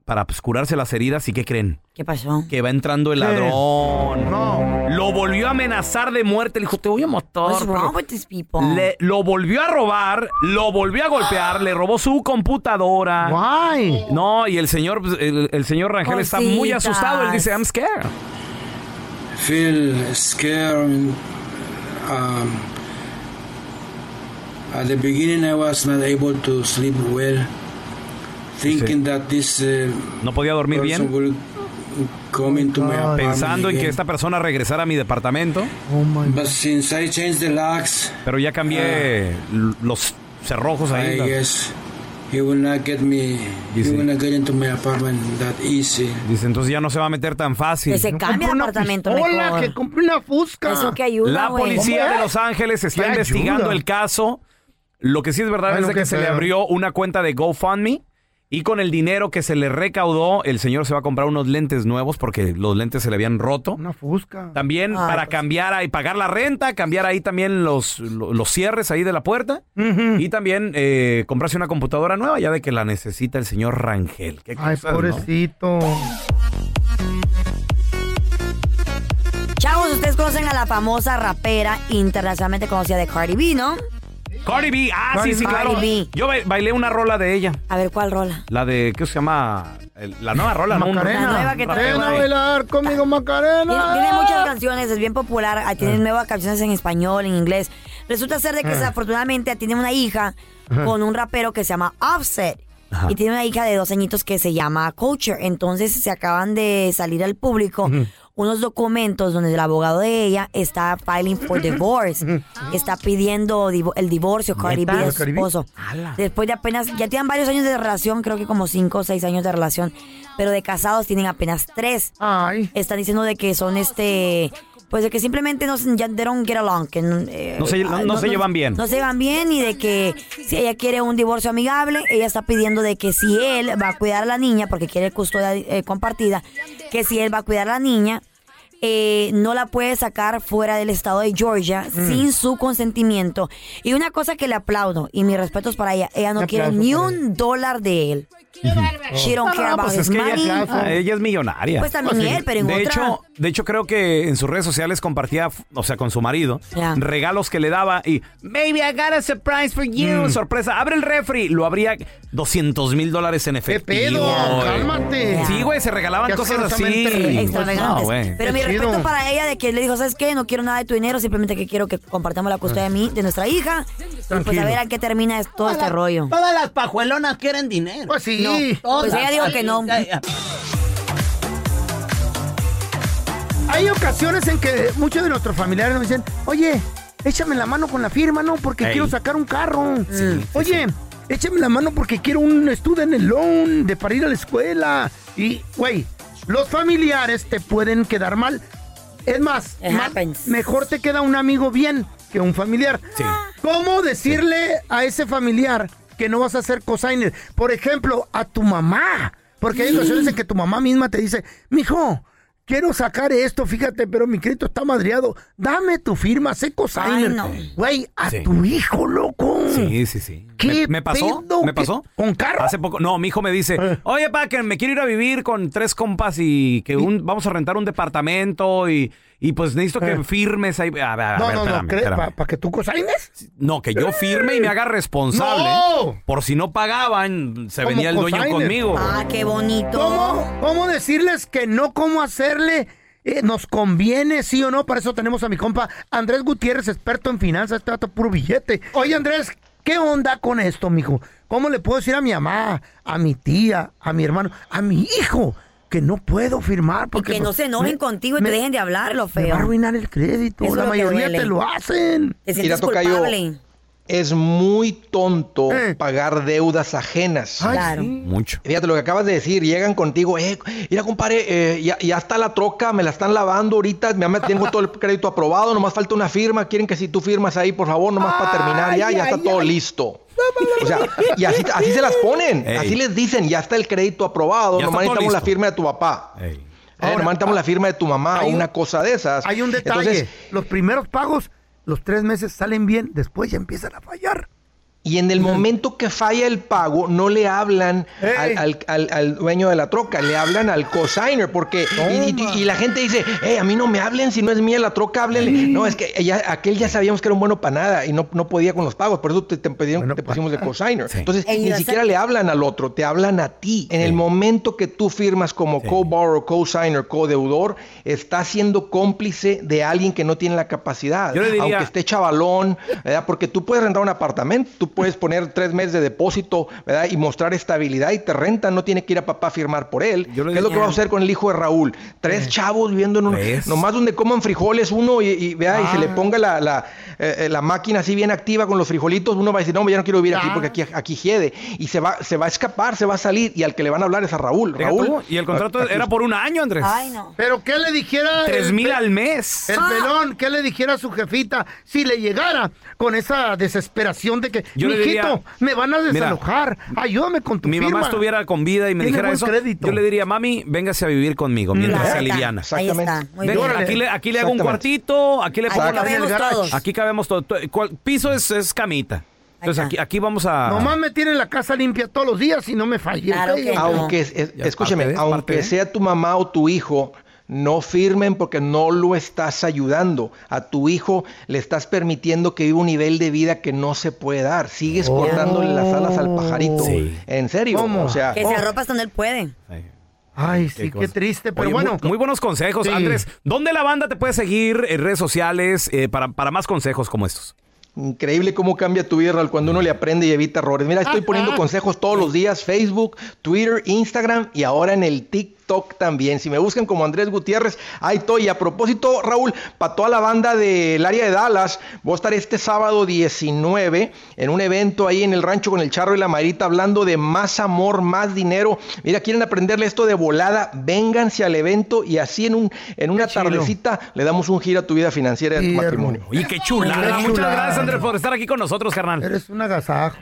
para pues, curarse las heridas y ¿qué creen? ¿Qué pasó? Que va entrando el ¿Qué? ladrón. Lo volvió a amenazar de muerte, le dijo, te voy a matar. What's wrong porque- with these people? le- lo volvió a robar, lo volvió a golpear, le robó su computadora. Guay. No, y el señor, pues, el, el señor Rangel está muy Cositas. asustado. Él dice, I'm scared. feel scared. and, Um, at the beginning, I was not able to sleep well, thinking that this uh, No podía dormir person bien. will come into Ah, my apartment Pensando en que again. esta persona regresara a mi departamento. Oh But since I changed the locks, ah, Pero ya cambié l- los cerrojos I ahí. guess he will not get me. He Dice. will not get into my apartment that easy. Dice, entonces ya no se va a meter tan fácil. Que se cambie de apartamento mejor. que compre una fusca. ¿Eh? Eso Pues que ayuda, La güey. policía de Los Ángeles está ¿Qué investigando ayuda? el caso. Lo que sí es verdad Ay, es no, de que qué se le feo. abrió una cuenta de GoFundMe y con el dinero que se le recaudó, el señor se va a comprar unos lentes nuevos porque los lentes se le habían roto. Una fusca. También Ay, pues. para cambiar ahí, pagar la renta, cambiar ahí también los, lo- los cierres ahí de la puerta. Y también eh, comprarse una computadora nueva ya de que la necesita el señor Rangel. Qué Ay, cosas, ¿no? pobrecito. Chavos, ustedes conocen a la famosa rapera internacionalmente conocida de Cardi B, ¿no? Cardi B, ah, Cardi sí, sí, B. claro. Cardi Yo ba- bailé una rola de ella. A ver, ¿cuál rola? La de, ¿qué se llama? El- la nueva rola, ¿no? Un- Macarena. un- La nueva que rap, trae. güey. Ven a bailar conmigo, Macarena. Tiene, tiene muchas canciones, es bien popular, ah, tiene nuevas canciones en español, en inglés. Resulta ser de que Ah. desafortunadamente tiene una hija Ajá. con un rapero que se llama Offset. Ajá. Y tiene una hija de dos añitos que se llama Culture. Entonces se acaban de salir al público Ujú. unos documentos donde el abogado de ella está filing for divorce. está pidiendo divo- el divorcio, Cardi B, ¿Neta? de su ¿Cardi B? esposo. Después de apenas, ya tienen varios años de relación, creo que como cinco o seis años de relación, pero de casados tienen apenas tres. Están diciendo de que son este, pues de que simplemente no, se- ya they don't get along, que eh, No se- no- no se llevan bien. No se llevan bien y de que si ella quiere un divorcio amigable, ella está pidiendo de que si él va a cuidar a la niña, porque quiere custodia eh, compartida, que si él va a cuidar a la niña, eh, no la puede sacar fuera del estado de Georgia Mm. sin su consentimiento. Y una cosa que le aplaudo, y mis respetos para ella, ella no Un quiere aplauso ni para un dólar de él. She don't care Ah, about pues his es que money. ella, ah, ella es millonaria. Pues también él, pero en de otra- Hecho, de hecho, creo que en sus redes sociales compartía, o sea, con su marido, Ya. regalos que le daba y, baby, I got a surprise for you. Mm. Sorpresa, abre el refri. Lo abría 200 mil dólares en efectivo. pedo? güey. Cálmate. Sí, güey, se regalaban Qué cosas así. asquerosamente- Pues No, extravagantes. güey. Pero mi respeto para ella de que le dijo, ¿sabes qué? No quiero nada de tu dinero, simplemente que quiero que compartamos la custodia de mí, de nuestra hija. Y pues Tranquilo. a ver a qué termina es- todo este rollo. Todas las pajuelonas quieren dinero. Pues sí. todas. Pues ella dijo que no. Hay ocasiones en que muchos de nuestros familiares nos dicen, oye, échame la mano con la firma, ¿no? Porque Ey. quiero sacar un carro. Sí, sí, oye, échame la mano porque quiero un student loan de para ir a la escuela. Y, güey, los familiares te pueden quedar mal. Es más, más- mejor te queda un amigo bien que un familiar. ¿Cómo decirle a ese familiar que no vas a ser cosigner? Por ejemplo, a tu mamá. Porque hay Sí. ocasiones en que tu mamá misma te dice, mijo, quiero sacar esto, fíjate, pero mi crédito está madreado. Dame tu firma, sé cosigner. Güey, a Sí. tu hijo, loco. Sí, sí, sí. Mm. ¿Qué ¿Me, me pasó? pedo ¿Me que- pasó? ¿Con carro? Eh. Hace poco. No, mi hijo me dice, oye, pa, que me quiero ir a vivir con tres compas y que un, vamos a rentar un departamento y, y pues necesito que Eh. firmes ahí. A ver, a No, ver, no, no, espérame, cre- espérame. pa- pa' que tú cosignes. No, que yo firme y me haga responsable. ¡No! Por si no pagaban, se Como venía el dueño cosigner. Ah, conmigo. Ah, ¿Cómo, cómo decirles que no? ¿Cómo hacerle? Eh, ¿Nos conviene, sí o no? Para eso tenemos a mi compa Andrés Gutiérrez, experto en finanzas, este vato puro billete. Oye, Andrés, ¿qué onda con esto, mijo? ¿Cómo le puedo decir a mi mamá, a mi tía, a mi hermano, a mi hijo que no puedo firmar? Porque que no se enojen contigo y te dejen de hablar, lo Me feo. va a arruinar el crédito. Eso es la lo que mayoría duele. te lo hacen. Te sientes culpable. es muy tonto Eh. pagar deudas ajenas. Ay, Claro. sí. Mucho. Fíjate lo que acabas de decir, llegan contigo, eh, mira compadre, eh, ya, ya está la troca, me la están lavando ahorita, ya me tengo todo el crédito aprobado, nomás falta una firma, quieren que si tú firmas ahí, por favor, nomás para terminar, ya, ya ay, está todo listo. O sea, y así, así se las ponen, así les dicen, ya está el crédito aprobado, Ya está nomás todo necesitamos la listo. firma de tu papá. Eh, nomás necesitamos la firma de tu mamá o hay un- una cosa de esas. Hay un detalle. Entonces, los primeros pagos, los tres meses salen bien, después ya empiezan a fallar. Y en el momento que falla el pago, no le hablan al, al- al- al dueño de la troca, le hablan al cosigner, porque y, y- y la gente dice, hey, a mí no me hablen, si no es mía la troca, háblenle. No, es que ya- aquel ya sabíamos que era un bueno para nada y no, no podía con los pagos, por eso te, te pidieron- te pusimos de pues, cosigner. Entonces, Ey, ni o sea- siquiera le hablan al otro, te hablan a ti. En el momento que tú firmas como co-borrower, co-signer, co-deudor, estás siendo cómplice de alguien que no tiene la capacidad, Yo le diría- aunque esté chavalón, ¿verdad? porque tú puedes rentar un apartamento, tú puedes poner tres meses de depósito ¿verdad? y mostrar estabilidad y te rentan, no tiene que ir a papá a firmar por él. ¿Qué es lo que diría- Eh. va a hacer con el hijo de Raúl? Tres chavos viviendo en un... Nomás donde coman frijoles uno y, y, ¿verdad? y se Ah. le ponga la, la, eh, eh, la máquina así bien activa con los frijolitos, uno va a decir, no, hombre, ya no quiero vivir aquí porque aquí, aquí hiede. Y se va, se va a escapar, se va a salir y al que le van a hablar es a Raúl. Deja Raúl. eh, tú, y el Ah, contrato aquí- era por un año, Andrés. Pero ¿qué le dijera? Tres el mil pe- al mes. El Ah. pelón, ¿qué le dijera a su jefita si le llegara con esa desesperación de que, Yo le mijito, diría, me van a mira, desalojar, ayúdame con tu mi firma. mamá estuviera con vida y me Tiene dijera buen eso, crédito. yo le diría, mami, véngase a vivir conmigo mientras Claro. se Ahí está, aliviana. ahí está, muy Venga, bien. Aquí le, aquí le hago un Exactamente. cuartito, aquí le Aquí pongo cabemos todos. Aquí cabemos todo. To- cual- Piso es, es camita. Entonces aquí, aquí vamos a... Nomás me tiene la casa limpia todos los días y no me falle. ¿ok? aunque, es- es- Ya es escúchame, parte de- es parte aunque de. sea tu mamá o tu hijo, no firmen porque no lo estás ayudando. A tu hijo le estás permitiendo que viva un nivel de vida que no se puede dar. Oh. Sigues cortándole las alas al pajarito. En serio. O sea, oh. que se arropa hasta donde él puede. Ay, sí, qué, cosa. triste, pero Oye, bueno. Muy, muy buenos consejos, Sí. Andrés. ¿Dónde la banda te puede seguir en redes sociales eh, para, para más consejos como estos? Increíble cómo cambia tu vida Raúl, cuando uno le aprende y evita errores. Mira, estoy Ah, poniendo consejos todos los días, Facebook, Twitter, Instagram y ahora en el TikTok también. Si me buscan como Andrés Gutiérrez, ahí estoy. Y a propósito, Raúl, para toda la banda del área de Dallas, voy a estar este sábado 19 en un evento ahí en el rancho con el Charro y la Marita hablando de más amor, más dinero. Mira, quieren aprenderle esto de volada, vénganse al evento y así en, un, en una tardecita le damos un giro a tu vida financiera y a tu matrimonio. Y qué chulada. Qué Muchas chulada. gracias, Andrés, por estar aquí con nosotros, carnal. Eres un agasajo.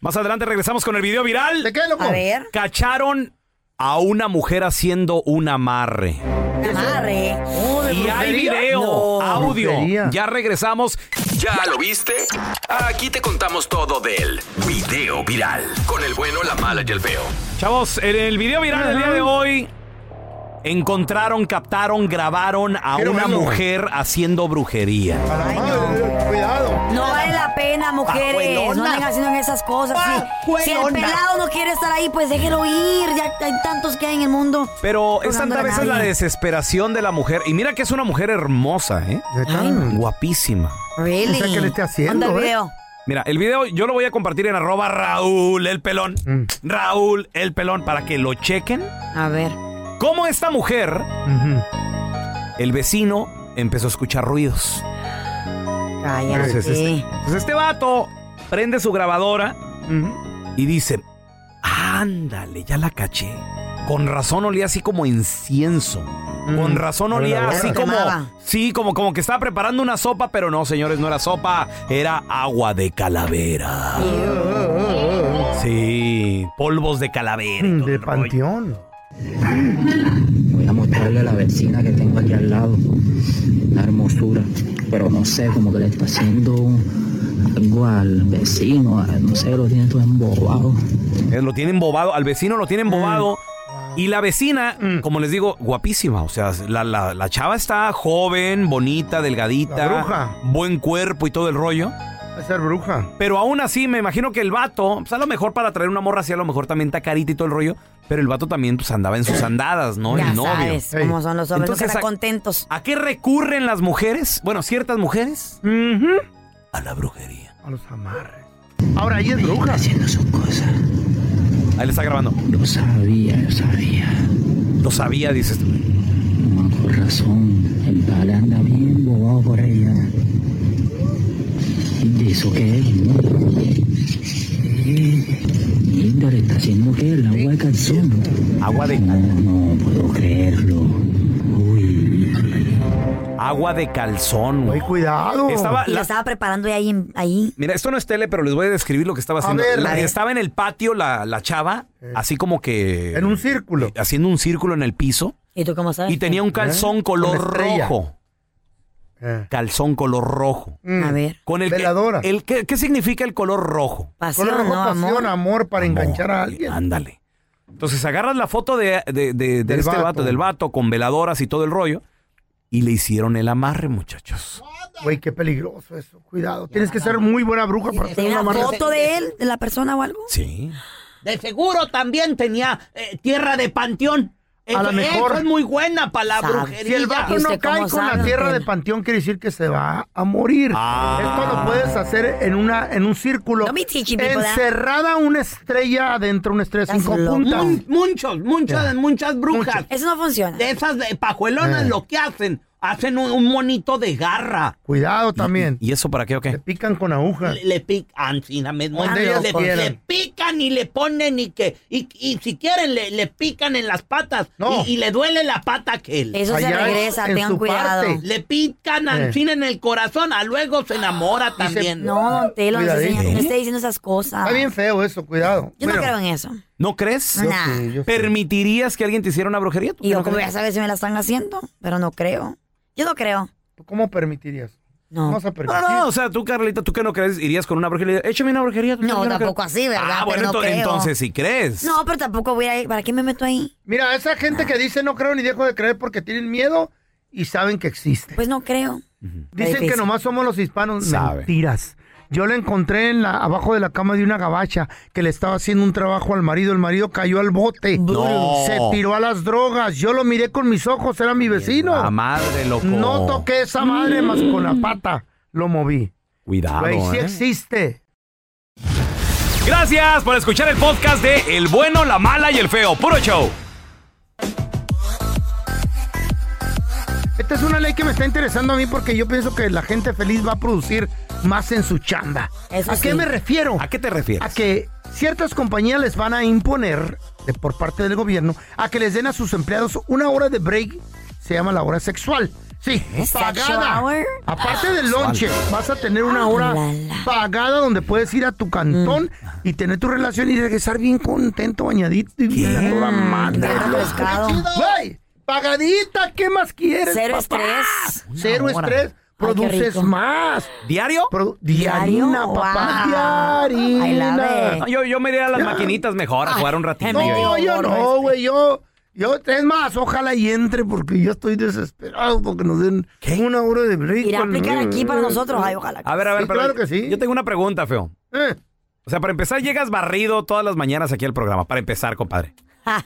Más adelante regresamos con el video viral. ¿De qué, loco? A ver. Cacharon a una mujer haciendo un amarre. Amarre. Y hay video, Oh, audio. Ya regresamos. ¿Ya lo viste? Aquí te contamos todo del video viral. Con el bueno, la mala y el feo. Chavos, en el video viral del día de hoy encontraron, captaron, grabaron a Quiero una verlo. mujer haciendo brujería. No vale la pena, mujeres. No Pajuelona. anden haciendo esas cosas. sí. Si el Pajuelona. pelado no quiere estar ahí, pues déjelo ir. Ya hay tantos que hay en el mundo. Pero es Rogando tanta a veces la nadie. desesperación de la mujer. Y mira que es una mujer hermosa, ¿eh? Guapísima. Really? No sé qué le esté haciendo, Anda el ¿eh? video. Mira, el video yo lo voy a compartir en arroba Raúl el pelón. Raúl el pelón para que lo chequen. A ver. Cómo esta mujer, el vecino, empezó a escuchar ruidos. Entonces este, pues este vato prende su grabadora y dice, ándale, ya la caché. Con razón olía así como incienso. Con razón olía Olor a así huevo. como, Quemaba. sí, como, como que estaba preparando una sopa, pero no, señores, no era sopa, era agua de calavera. Sí, polvos de calavera. De panteón. Voy a mostrarle a la vecina que tengo aquí al lado la hermosura, pero no sé, como que le está haciendo algo al vecino, a- no sé, lo tiene todo embobado. Eh, Lo tienen bobado, al vecino lo Mm. tienen bobado. Y la vecina, como les digo, guapísima. O sea, la, la- la chava está joven, bonita, delgadita. La bruja. Buen cuerpo y todo el rollo. Va a ser bruja. Pero aún así, me imagino que el vato, pues a lo mejor para traer una morra así, a lo mejor también tacarita y todo el rollo. Pero el vato también pues andaba en sus andadas, ¿no? Ya el novio. sabes cómo son los hombres, nunca Entonces, están ¿a, contentos. a qué recurren las mujeres? Bueno, ciertas mujeres. A la brujería. A los amarres. Ahora ahí es bruja. Ahí le está grabando. Lo sabía, lo sabía. Lo sabía, dices tú. Con razón, el padre anda bien bobado por ella. ¿Y de eso qué es? no? Linda le está haciendo que el agua de calzón. Agua de No, no puedo creerlo. Agua de calzón. güey. cuidado. Estaba y lo la- estaba preparando ahí, en- ahí. Mira, esto no es tele, pero les voy a describir lo que estaba A haciendo. ver. La- A ver. estaba en el patio la, la chava, así como que... En un círculo. Haciendo un círculo en el piso. ¿Y tú cómo sabes? Y tenía un calzón ¿Eh? color Con estrella. rojo. Calzón color rojo. A Mm. ver. Con el que- el que- ¿Qué significa el color rojo? Pasión, Color rojo, ¿no? pasión, Amor. amor, para enganchar a alguien. Ándale. Entonces agarras la foto de, de- de- de Del este vato. vato. del vato, con veladoras y todo el rollo. Y le hicieron el amarre, muchachos. Güey, qué peligroso eso. Cuidado. Tienes que ser muy buena bruja para hacer un ¿Tenía una amarre. foto de él, de la persona o algo? Sí. De seguro también tenía eh, tierra de panteón. A lo mejor. eso es muy buena para la brujería. Si el vato no cae con la tierra de panteón, quiere decir que se va a morir. Ah. Es cuando puedes hacer en una en un círculo Don't be teaching people that. encerrada una estrella adentro, una estrella de cinco puntas. Mun- Muchos, muchas, Ya. muchas brujas. Eso no funciona. De esas de pajuelonas Eh. lo que hacen, hacen un, un monito de garra. Cuidado también. ¿Y, eso para qué o qué? Le pican con agujas. Le, le pican, sí, la misma. Donde ellos le, quieran. le pican y le ponen y que, y, y si quieren le, le pican en las patas y, y le duele la pata a aquel. Eso se Allá regresa, en tengan su cuidado. parte. Le pican al Eh. fin en el corazón, a luego se enamora también. No, don Telo, no, esté Cuidadito. enseñando- no esté diciendo esas cosas. Está bien feo eso, cuidado. Yo no creo en eso. ¿No crees? Yo Nah. sí, ¿Permitirías que alguien te hiciera una brujería? ¿Tú Y yo no como crees? ya sabes si me la están haciendo, pero no creo. Yo no creo. ¿Cómo permitirías? No. Vamos a No, permitir. no, o sea, tú, Carlita, ¿tú qué no crees? ¿Irías con una brujería? Échame una brujería. tú, No, yo tampoco creo. así, ¿verdad? Ah, bueno, Pero no ento- creo. entonces sí crees. No, pero tampoco voy a ir. ¿Para qué me meto ahí? Mira, esa gente que dice no creo ni dejo de creer porque tienen miedo y saben que existe. Pues no creo. Dicen que Difícil. nomás somos los hispanos. Sabe. Mentiras. Yo la encontré en la, abajo de la cama de una gabacha que le estaba haciendo un trabajo al marido. El marido cayó al bote. No. Se tiró a las drogas. Yo lo miré con mis ojos. Era mi vecino. La madre, loco. No toqué esa madre más con la pata. Lo moví. Cuidado, Güey, sí ¿eh? existe. Gracias por escuchar el podcast de El Bueno, La Mala y El Feo. Puro show. Esta es una ley que me está interesando a mí porque yo pienso que la gente feliz va a producir más en su chamba. ¿A qué me refiero? ¿A qué te refieres? A que ciertas compañías les van a imponer, de- por parte del gobierno, a que les den a sus empleados una hora de break, se llama la hora sexual. Sí, ¿Sexual pagada. hour? Ah, Aparte del Sexual. lonche, vas a tener una hora pagada donde puedes ir a tu cantón Mm. y tener tu relación y regresar bien contento, bañadito y bien a toda madre. bien loco. refrescado. ¡Qué chido! ¡Güey! Pagadita, ¿qué más quieres? Cero papá? estrés. Cero Una hora. estrés. Ay, qué Produces rico. más. ¿Diario? Diarina, Diario, papá. wow. I love Diarina. No, yo, yo me iría a las Ya. maquinitas mejor a jugar un ratito. No, yo este no, güey, yo, yo, es más, ojalá y entre porque yo estoy desesperado porque nos den una hora de break. Irá a con- aplicar aquí para nosotros. Ay, ojalá. A ver, a ver, Sí, pero claro que sí. Yo tengo una pregunta, Feo. Eh. O sea, para empezar, llegas barrido todas las mañanas aquí al programa. Para empezar, compadre.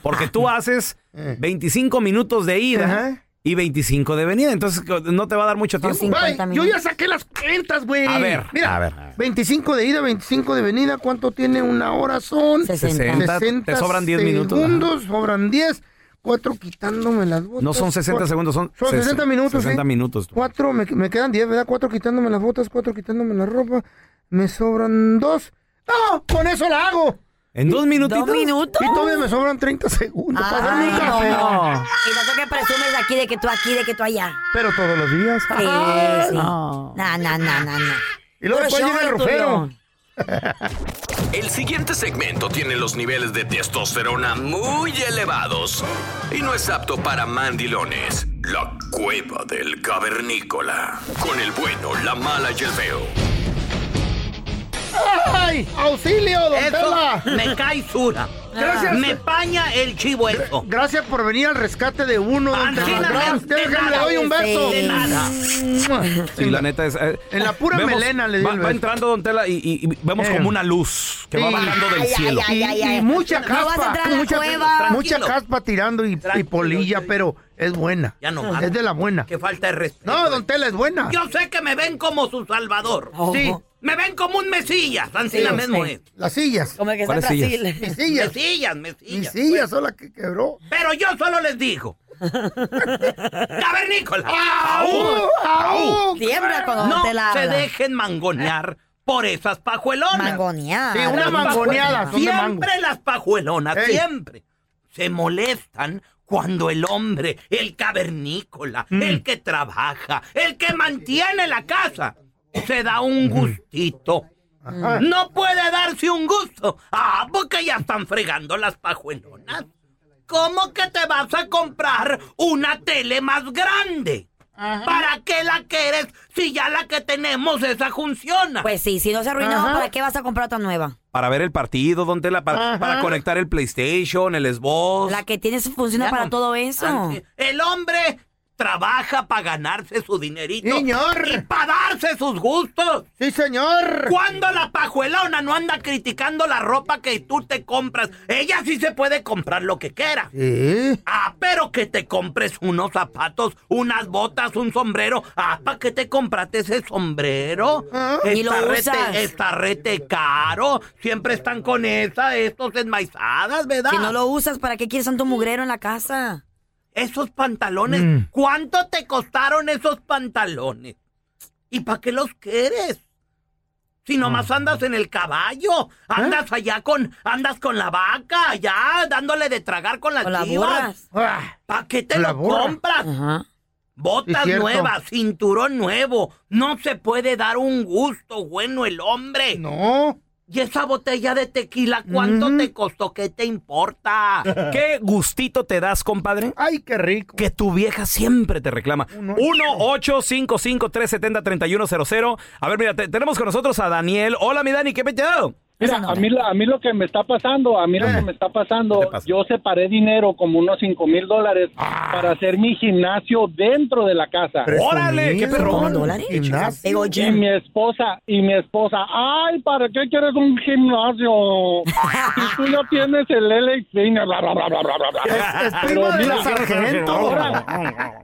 Porque tú haces 25 minutos de ida Eh. Ajá. y 25 de venida. Entonces, no te va a dar mucho tiempo. Güey, yo ya saqué las cuentas, pues, güey. A ver, Mira, a ver, a ver. 25 de ida, 25 de venida, ¿cuánto tiene una hora? Son 60. 60 Te sobran 10 minutos, segundos, sobran 10. Cuatro quitándome las botas. No son 60 Cuatro- segundos, son, Son 60 minutos, 60 ¿sí? minutos. Cuatro, me, me quedan 10, ¿verdad? Cuatro quitándome las botas, cuatro quitándome la ropa. Me sobran dos. ¡No! Con eso la hago. ¿En dos minutitos? ¿Dos minutos? Y todavía me sobran 30 segundos. Ah, para hacerme un café. no. Y tanto que presumes de aquí, de que tú aquí, de que tú allá. Pero todos los días. Ah. Sí, sí. No. No, no, no, no. no. Y luego Puro después show llega el lo rufero. tuyo. El siguiente segmento tiene los niveles de testosterona muy elevados y no es apto para mandilones. La cueva del cavernícola. Con el bueno, la mala y el feo. ¡Ay! ¡Auxilio, don Tela! me cae sura. Gracias. Me paña el chivo eso. Gracias por venir al rescate de uno, don Tela. Ancina, Gracias, de déjame, le nada, doy un beso. de nada. Sí, la neta es. eh, En la pura melena le dio va, el va beso. entrando Don Tela y, y- y vemos Eh. como una luz que va Sí. bajando del Ay, ay, cielo. ay, ay, ay. Y mucha No vas a caspa, entrar a la mucha, cueva. mucha Tranquilo. caspa tirando y, y polilla, pero es buena. Ya no más. Es de la buena. Que falta de respeto. No, don Tela es buena. Yo sé que me ven como su salvador. Oh. Sí. Me ven como un mesillas, así la eh. mismo es. Las sillas. Como el que está en Brasil. Mesillas. Mesillas, Mis mesillas. sillas son las que quebró. Pero yo solo les digo. ¡Cavernícola! ¡Au! ¡Au! Siembra con donde No te la se habla. dejen mangonear por esas pajuelonas. Mangonear. Sí, una Las mangoneada, pajuelonas. son de mango. Siempre las pajuelonas, Ey. siempre. Se molestan cuando el hombre, el cavernícola, Mm. el que trabaja, el que mantiene la casa, se da un gustito. Ajá. No puede darse un gusto. Ah, porque ya están fregando las pajuelonas. ¿Cómo que te vas a comprar una tele más grande? ¿Para qué la quieres si ya la que tenemos esa funciona? Pues sí, si no se arruinó, ¿para qué vas a comprar otra nueva? Para ver el partido, Don Tela, para, Ajá. para conectar el PlayStation, el Xbox. La que tienes funciona Ya para no. todo eso. Así- El hombre trabaja para ganarse su dinerito. Señor. Y para darse sus gustos. Sí, señor. Cuando la pajuelona no anda criticando la ropa que tú te compras, ella sí se puede comprar lo que quiera. Sí. Ah, pero que te compres unos zapatos, unas botas, un sombrero. Ah, ¿para qué te compraste ese sombrero? ¿Ah? Ni lo Está usas. rete, está rete caro. Siempre están con esa, estos enmaizadas, ¿verdad? Si no lo usas, ¿para qué quieres tanto mugrero en la casa? Esos pantalones, Mm. ¿cuánto te costaron esos pantalones? ¿Y para qué los quieres? Si nomás andas en el ¿Eh? caballo, andas allá con, andas con la vaca, allá dándole de tragar con las Con las chivas. burras. Ah, ¿Para qué te La lo burra. compras? Sí, Botas cierto. nuevas, cinturón nuevo. No se puede dar un gusto bueno el hombre. No. Mm. ¿Y esa botella de tequila cuánto te costó? ¿Qué te importa? ¿Qué gustito te das, compadre? Ay, qué rico. Que tu vieja siempre te reclama. 1-855-370-3100. A ver, mira, te- tenemos con nosotros a Daniel. Hola, mi Dani, ¿qué peteado? Mira, a mí, la- a mí lo que me está pasando, a mí lo que me está pasando, yo separé dinero como unos cinco mil dólares Ah. para hacer mi gimnasio dentro de la casa. ¡Órale! ¡Qué perrón! Y mi esposa, y mi esposa, ay, ¿para qué quieres un gimnasio? Si tú ya tienes el LA Fitness, bla, bla, bla, bla, bla, bla, bla. Es primo del sargento. ahora,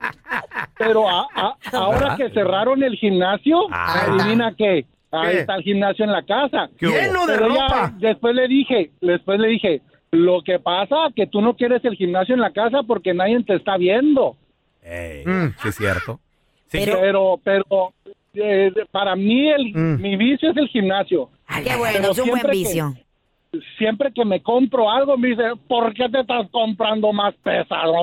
pero a- a- ahora que cerraron el gimnasio, adivina qué, ahí ¿Qué? está el gimnasio en la casa. ¿Qué hubo? Lleno de Pero ya ropa. después le dije, después le dije, lo que pasa que tú no quieres el gimnasio en la casa porque nadie te está viendo. Ey, Mm, sí es cierto. Eh, Sí, Pero, pero eh, para mí el, Mm. mi vicio es el gimnasio. Qué bueno, Pero es un buen siempre que- vicio. siempre que me compro algo me dice, ¿por qué te estás comprando más pesado?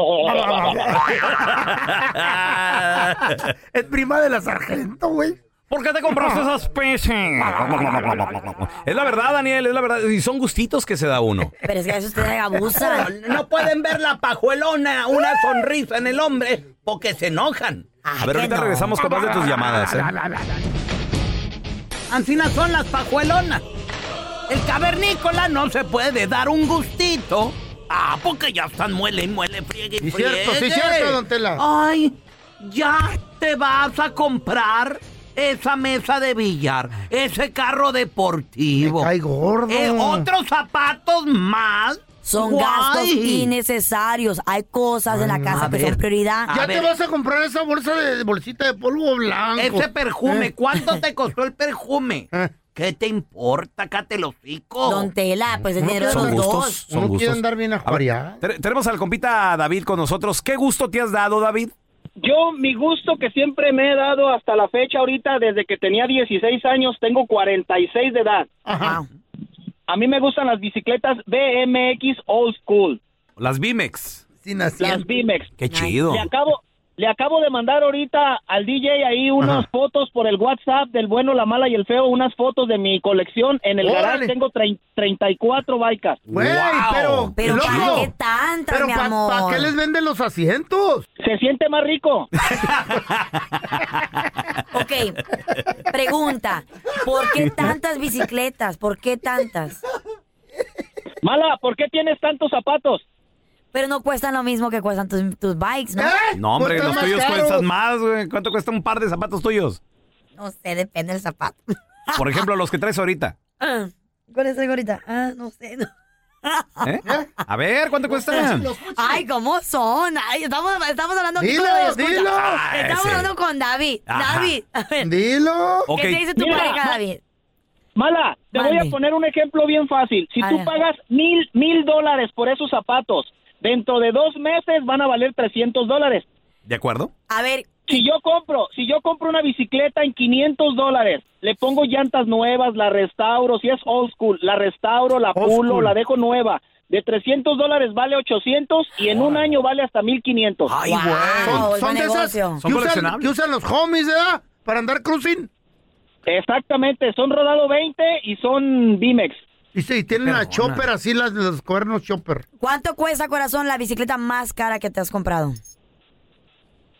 Es prima de la sargento, güey. ¿Por qué te compraste esas peces? Es la verdad, Daniel, es la verdad. Y son gustitos que se da uno. Pero es que a eso ustedes abusan. Pero No pueden ver la pajuelona, una sonrisa en el hombre, porque se enojan. A ver, ahorita regresamos con más de tus llamadas, ¿eh? Ancinas son las pajuelonas. El cavernícola no se puede dar un gustito. Ah, porque ya están muele y muele, friegue y Sí, cierto, friegue. sí, cierto, don Tela. Ay, ya te vas a comprar esa mesa de billar, ese carro deportivo. Ay, gordo. Eh, otros zapatos más. Son Guay. gastos innecesarios. Hay cosas en la casa que son prioridad. Mm, Ya te vas a comprar esa bolsa de bolsita de polvo blanco. Ese perfume, Eh. ¿cuánto te costó el perfume? Eh. ¿Qué te importa? Cáte el hocico. Don Tela, pues el Uno dinero de Son los gustos. dos. Son Uno gustos. quiere andar bien A ver, te- tenemos al compita David con nosotros. ¿Qué gusto te has dado, David? Yo, mi gusto que siempre me he dado hasta la fecha ahorita, desde que tenía 16 años, tengo 46 de edad. A mí me gustan las bicicletas BMX Old School. Las Bimex. Las Bimex. Qué chido. Le acabo, le acabo de mandar ahorita al DJ ahí unas Ajá. fotos por el WhatsApp del bueno, la mala y el feo, unas fotos de mi colección. En el Órale. garage tengo trein- 34 bikes. pero, Pero loco, ¿para qué tantas, pero mi pa- amor? ¿para qué les venden los asientos? Se siente más rico. Ok, pregunta. ¿Por qué tantas bicicletas? ¿Por qué tantas? Mala, ¿por qué tienes tantos zapatos? Pero no cuestan lo mismo que cuestan tus, tus bikes, ¿no? ¿Eh? No, hombre, Cuestan los más tuyos caros. cuestan más, güey. ¿Cuánto cuesta un par de zapatos tuyos? No sé, depende del zapato. Por ejemplo, los que traes ahorita. Ah, ¿Cuál es el ahorita? Ah, no sé. no. ¿eh? A ver, ¿cuánto cuestan? Ay, ¿cómo son? Ay, estamos, estamos hablando aquí Dilo, con Radio Escucha. dilo. Estamos Ah, ese. hablando con David. Ajá. David, a ver. Dilo. ¿Qué te dice tu Mira, pareja, ma- David? Mala, te voy a poner un ejemplo bien fácil. Si A tú ver. pagas mil, mil dólares por esos zapatos, dentro de dos meses van a valer 300 dólares. ¿De acuerdo? A ver. Si yo compro, si yo compro una bicicleta en 500 dólares, le pongo llantas nuevas, la restauro, si es old school, la restauro, la pulo, la dejo nueva. De 300 dólares vale 800 y en un año vale hasta 1500. Ay, Son, son de esas que usan, que usan los homies, ¿verdad? Para andar cruising. Exactamente, son rodado 20 y son Bimex. Y sí, tienen la chopper así, las, los cuernos chopper. ¿Cuánto cuesta, corazón, la bicicleta más cara que te has comprado?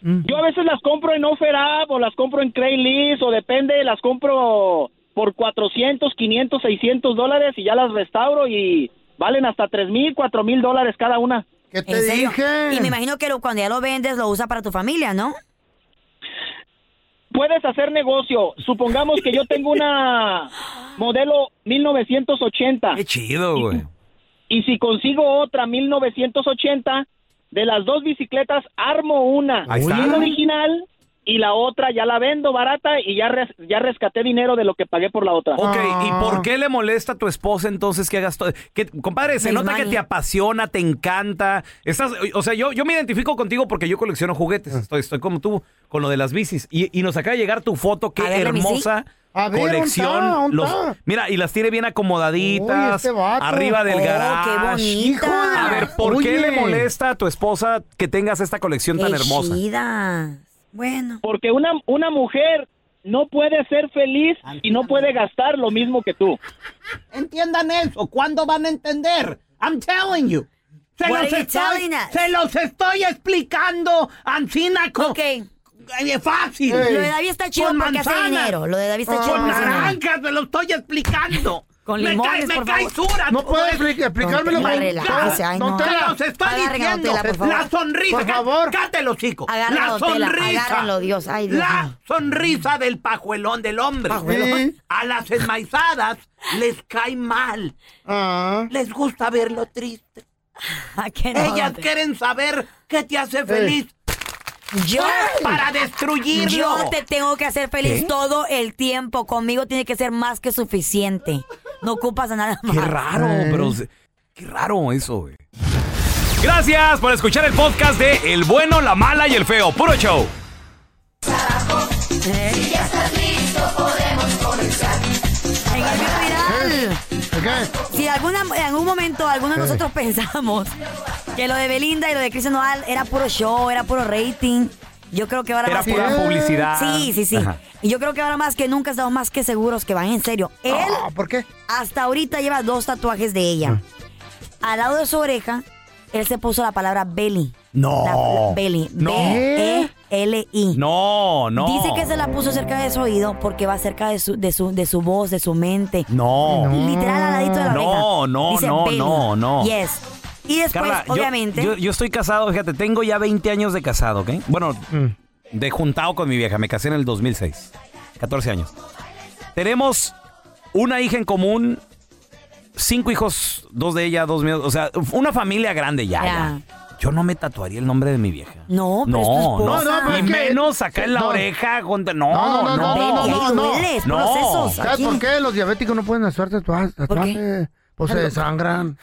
Yo a veces las compro en OfferUp o las compro en Craigslist o depende, las compro por 400, 500, 600 dólares y ya las restauro y valen hasta 3000, 4000 dólares cada una. ¿Qué ¿En serio? Y me imagino que lo- cuando ya lo vendes, lo usa para tu familia, ¿no? Puedes hacer negocio. Supongamos que yo tengo una modelo 1980. Qué Chido, güey. Y si consigo otra 1980, de las dos bicicletas armo una. Ahí está. Una original y la otra ya la vendo barata y ya, res- ya rescaté dinero de lo que pagué por la otra. Ok, Ah. ¿y por qué le molesta a tu esposa entonces que hagas todo? Que, compadre, se Mis nota que manos. te apasiona, te encanta. Estás, o sea, yo, yo me identifico contigo porque yo colecciono Ah. juguetes. Estoy, estoy como tú con lo de las bicis. Y, y nos acaba de llegar tu foto, qué A ver, Remy, sí. hermosa. A ver, ¿dónde está? colección ¿Dónde los- está? mira y las tiene bien Uy, acomodaditas este vato. arriba del Oh, qué garaje bonita. Hijo de la- a ver por qué Oye. le molesta a tu esposa que tengas esta colección tan Qué hermosa Bueno. Porque una, una mujer no puede ser feliz y no puede gastar lo mismo que tú. Entiendan eso. ¿Cuándo van a entender? I'm telling you. Se What los, are you estoy, telling us? se los estoy explicando, Ancina. co- Eh, Fácil. Lo de David está chido Con porque hace manzanas. dinero. Lo de David está chido Con porque hace dinero. naranjas, me lo estoy explicando. Con me limones, cae, me por cae favor. sura. No todo puede eso. expli- explicármelo Don Tela, con- relájese, ay, Don no. Tela, los estoy Agarren a Don diciendo. Tela, por favor. La sonrisa. Por favor. Cállate el hocico. Agarra la a Don Tela, sonrisa. agárrenlo, Dios, ay, Dios La mío. sonrisa del pajuelón del hombre. Pajuelón. Sí. A las esmaizadas les cae mal. Ah. Les gusta verlo triste. Ah, Ellas quieren saber qué te Eh. hace feliz. Yo, Para destruirlo. Yo te tengo que hacer feliz ¿Qué? todo el tiempo. Conmigo tiene que ser más que suficiente. No ocupas a nada más. Qué raro, pero se- qué raro eso, güey. Gracias por escuchar el podcast de El bueno, la mala y el feo. Puro show. Si ya estás listo, podemos comenzar. En el video viral. Si alguna, en algún momento alguno de Eh. nosotros pensamos que lo de Belinda y lo de Cristian Nodal era puro show, era puro rating, yo creo que ahora Era más pura que... publicidad. Sí, sí, sí. Ajá. Y yo creo que ahora más que nunca estamos más que seguros que van en Ah, serio. Él, ¿por qué? Hasta ahorita lleva dos tatuajes de ella. Ah. Al lado de su oreja, él se puso la palabra Belly. No. Belly. No. B-E-L-I. No, no. Dice que se la puso cerca de su oído porque va cerca de su, de su, de su voz, de su mente. No. Literal al ladito de la No, oreja. no, Dice no, Belly. no, no. Yes. Y después, Carla, yo- obviamente. Yo, yo estoy casado, fíjate, tengo ya 20 años de casado, ¿ok? Bueno, de juntado con mi vieja, me casé en el 2006, 14 años. Tenemos una hija en común, cinco hijos, dos de ella, dos míos, o sea, una familia grande ya. ya. Yo no me tatuaría el nombre de mi vieja. No, no, Oh, pero es no, no, tu esposa. No, no, y pero es que- menos acá en la No. oreja, con- no, No, no, no, no, no, Ahí no, no. duele, es No. procesos, ¿Sabes aquí. por qué los diabéticos no pueden hacer tatuajes? tatuajes? Pues se Ah, no. desangran.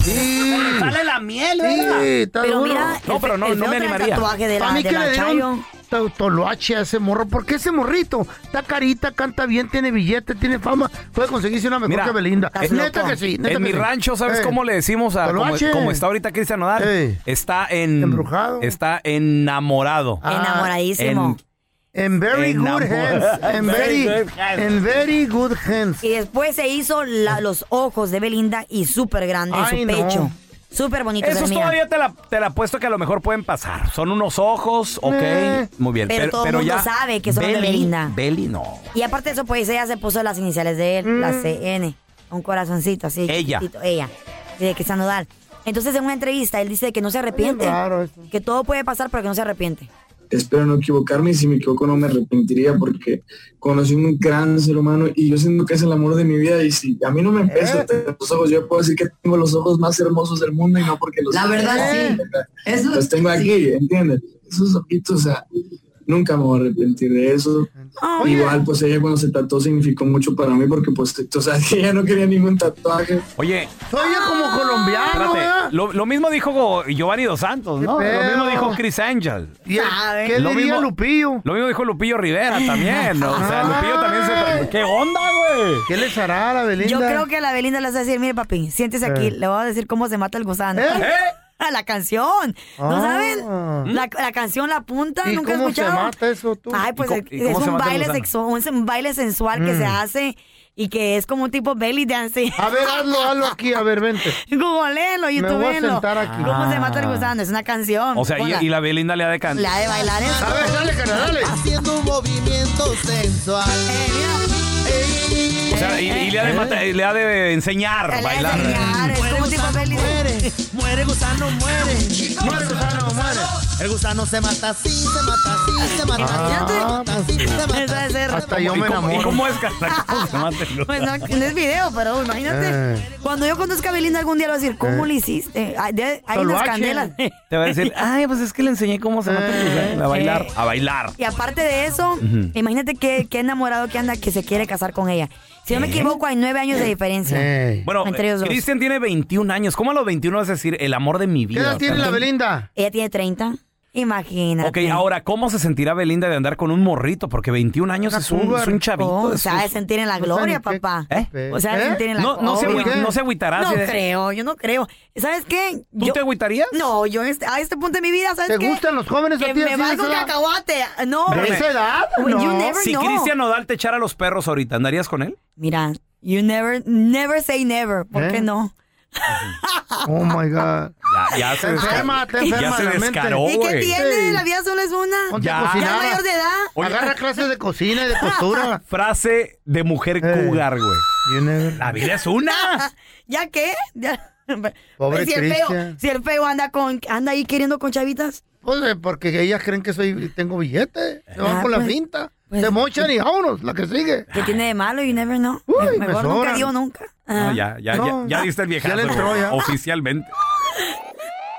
Se le sale la miel, Sí, ¿verdad? está Pero duro. mira, el no, fe- pero no, el no feo me trae animaría. tatuaje de la- Para mí de que la le dieron- Chayo. to- toloache a ese morro. ¿Por qué ese morrito? Está carita, canta bien, tiene billete, tiene fama. Puede conseguirse una mejor Mira, que Belinda. eh, Neta loco. que sí. neta en que mi sí. rancho, ¿sabes Eh, cómo le decimos a como, toloache. como está ahorita Cristian Nodal? Eh. Está en, embrujado. Está enamorado. Ah. Enamoradísimo. En very good hands. En very, en very good hands. Y después se hizo la- los ojos de Belinda y súper grande Ay, su no. pecho. Súper bonito. Esos mira. todavía te la, te la apuesto que a lo mejor pueden pasar. Son unos ojos, ok. Eh. Muy bien. Pero Pero, todo pero mundo ya. sabe que son de Beli- Belinda. Beli no. Y aparte de eso, pues ella se puso las iniciales de él, la Mm. CN, un corazoncito así. Ella. chiquitito, ella, de Cristian Nodal. Entonces, en una entrevista, él dice que no se arrepiente. Que todo puede pasar, pero que no se arrepiente. espero no equivocarme y si me equivoco no me arrepentiría porque conocí un gran ser humano y yo siento que es el amor de mi vida y si a mí no me pesa tener los ojos, yo puedo decir que tengo los ojos más hermosos del mundo y no porque los La verdad, Eh, Eh. sí. Eso- los tengo aquí, ¿entiendes? Esos ojitos, o sea, nunca me voy a arrepentir de eso. Ah, Igual pues ella cuando se tatuó significó mucho para mí porque pues o sea, que ella no quería ningún tatuaje. Oye, Soy yo como Ah. colombiano, espérate. ¿verdad? Lo, lo mismo dijo Giovanni Dos Santos, ¿no? Qué Lo mismo feo. dijo Chris Angel. ¿Y el- ¿Qué Lo diría mismo- Lupillo? Ah. Lo mismo dijo Lupillo Rivera también. ¿no? O sea, Lupillo también se. ¿Qué onda, güey? ¿Qué les hará a la Belinda? Yo creo que a la Belinda le va a decir, mire papi, siéntese aquí, Eh. le voy a decir cómo se mata el gusano. A la canción. ¿No Ah. saben? La, la canción La Punta, ¿Y nunca cómo se escucharon. mata eso tú? Ay, pues ¿Y es, cómo- y cómo es se un mata el baile gusano? sexual, es un baile sensual que Mm. se hace y que es como un tipo belly dancing. A ver, hazlo, hazlo aquí, a ver, vente. Googleenlo, Me voy a youtubeenlo. sentar aquí. ¿Cómo se mata el Ah. gusano? Es una canción. O sea, Ponla. y, y la Belinda le ha de cantar. La ha de bailar es. A ver, dale, carnal, dale. Haciendo un movimiento sensual. O sea, y, y le, ha Eh, de mata- y le ha de enseñar a bailar. Muere gusano, muere, muere gusano, muere. Muere gusano, muere. El gusano se mata así, se mata así, se mata así, se Ah. mata así, se pues, mata así. Hasta yo me ¿Y cómo- ¿Y enamoro. cómo es carnal? ¿Cómo se mata el Pues no, no es video, pero imagínate. Eh. Cuando yo conduzca a Belinda algún día, le voy a decir, ¿cómo Eh. le hiciste? Hay, de- hay Solo unas H. candelas. Eh, Te va a decir, ay, pues es que le enseñé cómo se mata el gusano. A bailar. A bailar. Y aparte de eso, Ujú. imagínate qué, qué enamorado que anda que se quiere casar con ella. Si no me ¿Eh? equivoco, hay nueve años de diferencia Eh. Bueno, eh, entre ellos dos. Cristian tiene 21 años. ¿Cómo a los 21 vas a decir el amor de mi vida? Tanto- Belinda? Ella tiene 30. Imagínate. Ok, ahora, ¿cómo se sentirá Belinda de andar con un morrito? Porque 21 años es un, es un chavito. Oh, es se ha de un- sentir en la no gloria, sabe ni qué- papá. ¿Eh? O sea, se ¿Eh? sentir en la No- no se gloria. agüi- ¿Por qué? no se agüitará, No si de- creo, yo no creo. ¿Sabes qué? ¿Tú te agüitarías? No, yo este- a este punto de mi vida, ¿sabes ¿Te qué? gustan los jóvenes a Que ti así me de valga un esa edad? cacahuate. No. Espérame. You never si know. Cristian Nodal te echara los perros ahorita, ¿andarías con él? Mira, you never, never say never. ¿Por ¿Eh? qué no? Oh my God. Ya, ya se Te descaró. enferma, te enferma Ya se la mente. descaró, ¿Y qué güey. tiene? La vida solo es una. Ponte a Ya, cocinar. mayor de edad. Agarra clases de cocina y de costura. Eh. Frase de mujer cougar, güey. La vida es una. ¿Ya qué? Ya- Pobre si el, feo, Cristian. si el feo anda con anda ahí queriendo con chavitas. Pues eh, porque ellas creen que soy tengo billete. Se van Ah, con la pues, pinta. se mochan y vámonos, la que sigue. ¿Qué tiene de malo? You never know. Uy, Mejor me nunca sobran. digo nunca. Ah. No, ya, ya, No. ya, ya diste el viejazo. Ya le entró, güey, ya. Oficialmente.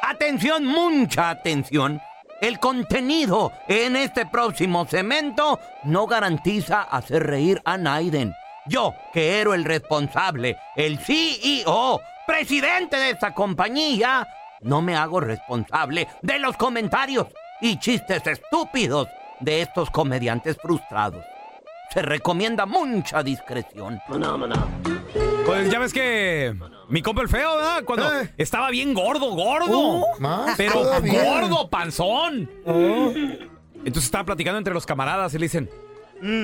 Atención, mucha atención. El contenido en este próximo cemento no garantiza hacer reír a Naiden. Yo, que era el responsable, el CEO, presidente de esta compañía, no me hago responsable de los comentarios y chistes estúpidos de estos comediantes frustrados. Se recomienda mucha discreción. Pues ya ves que mi compa el feo, ¿verdad? Cuando estaba bien gordo, gordo. Uh, más pero todavía. gordo, panzón. Entonces estaba platicando entre los camaradas y le dicen,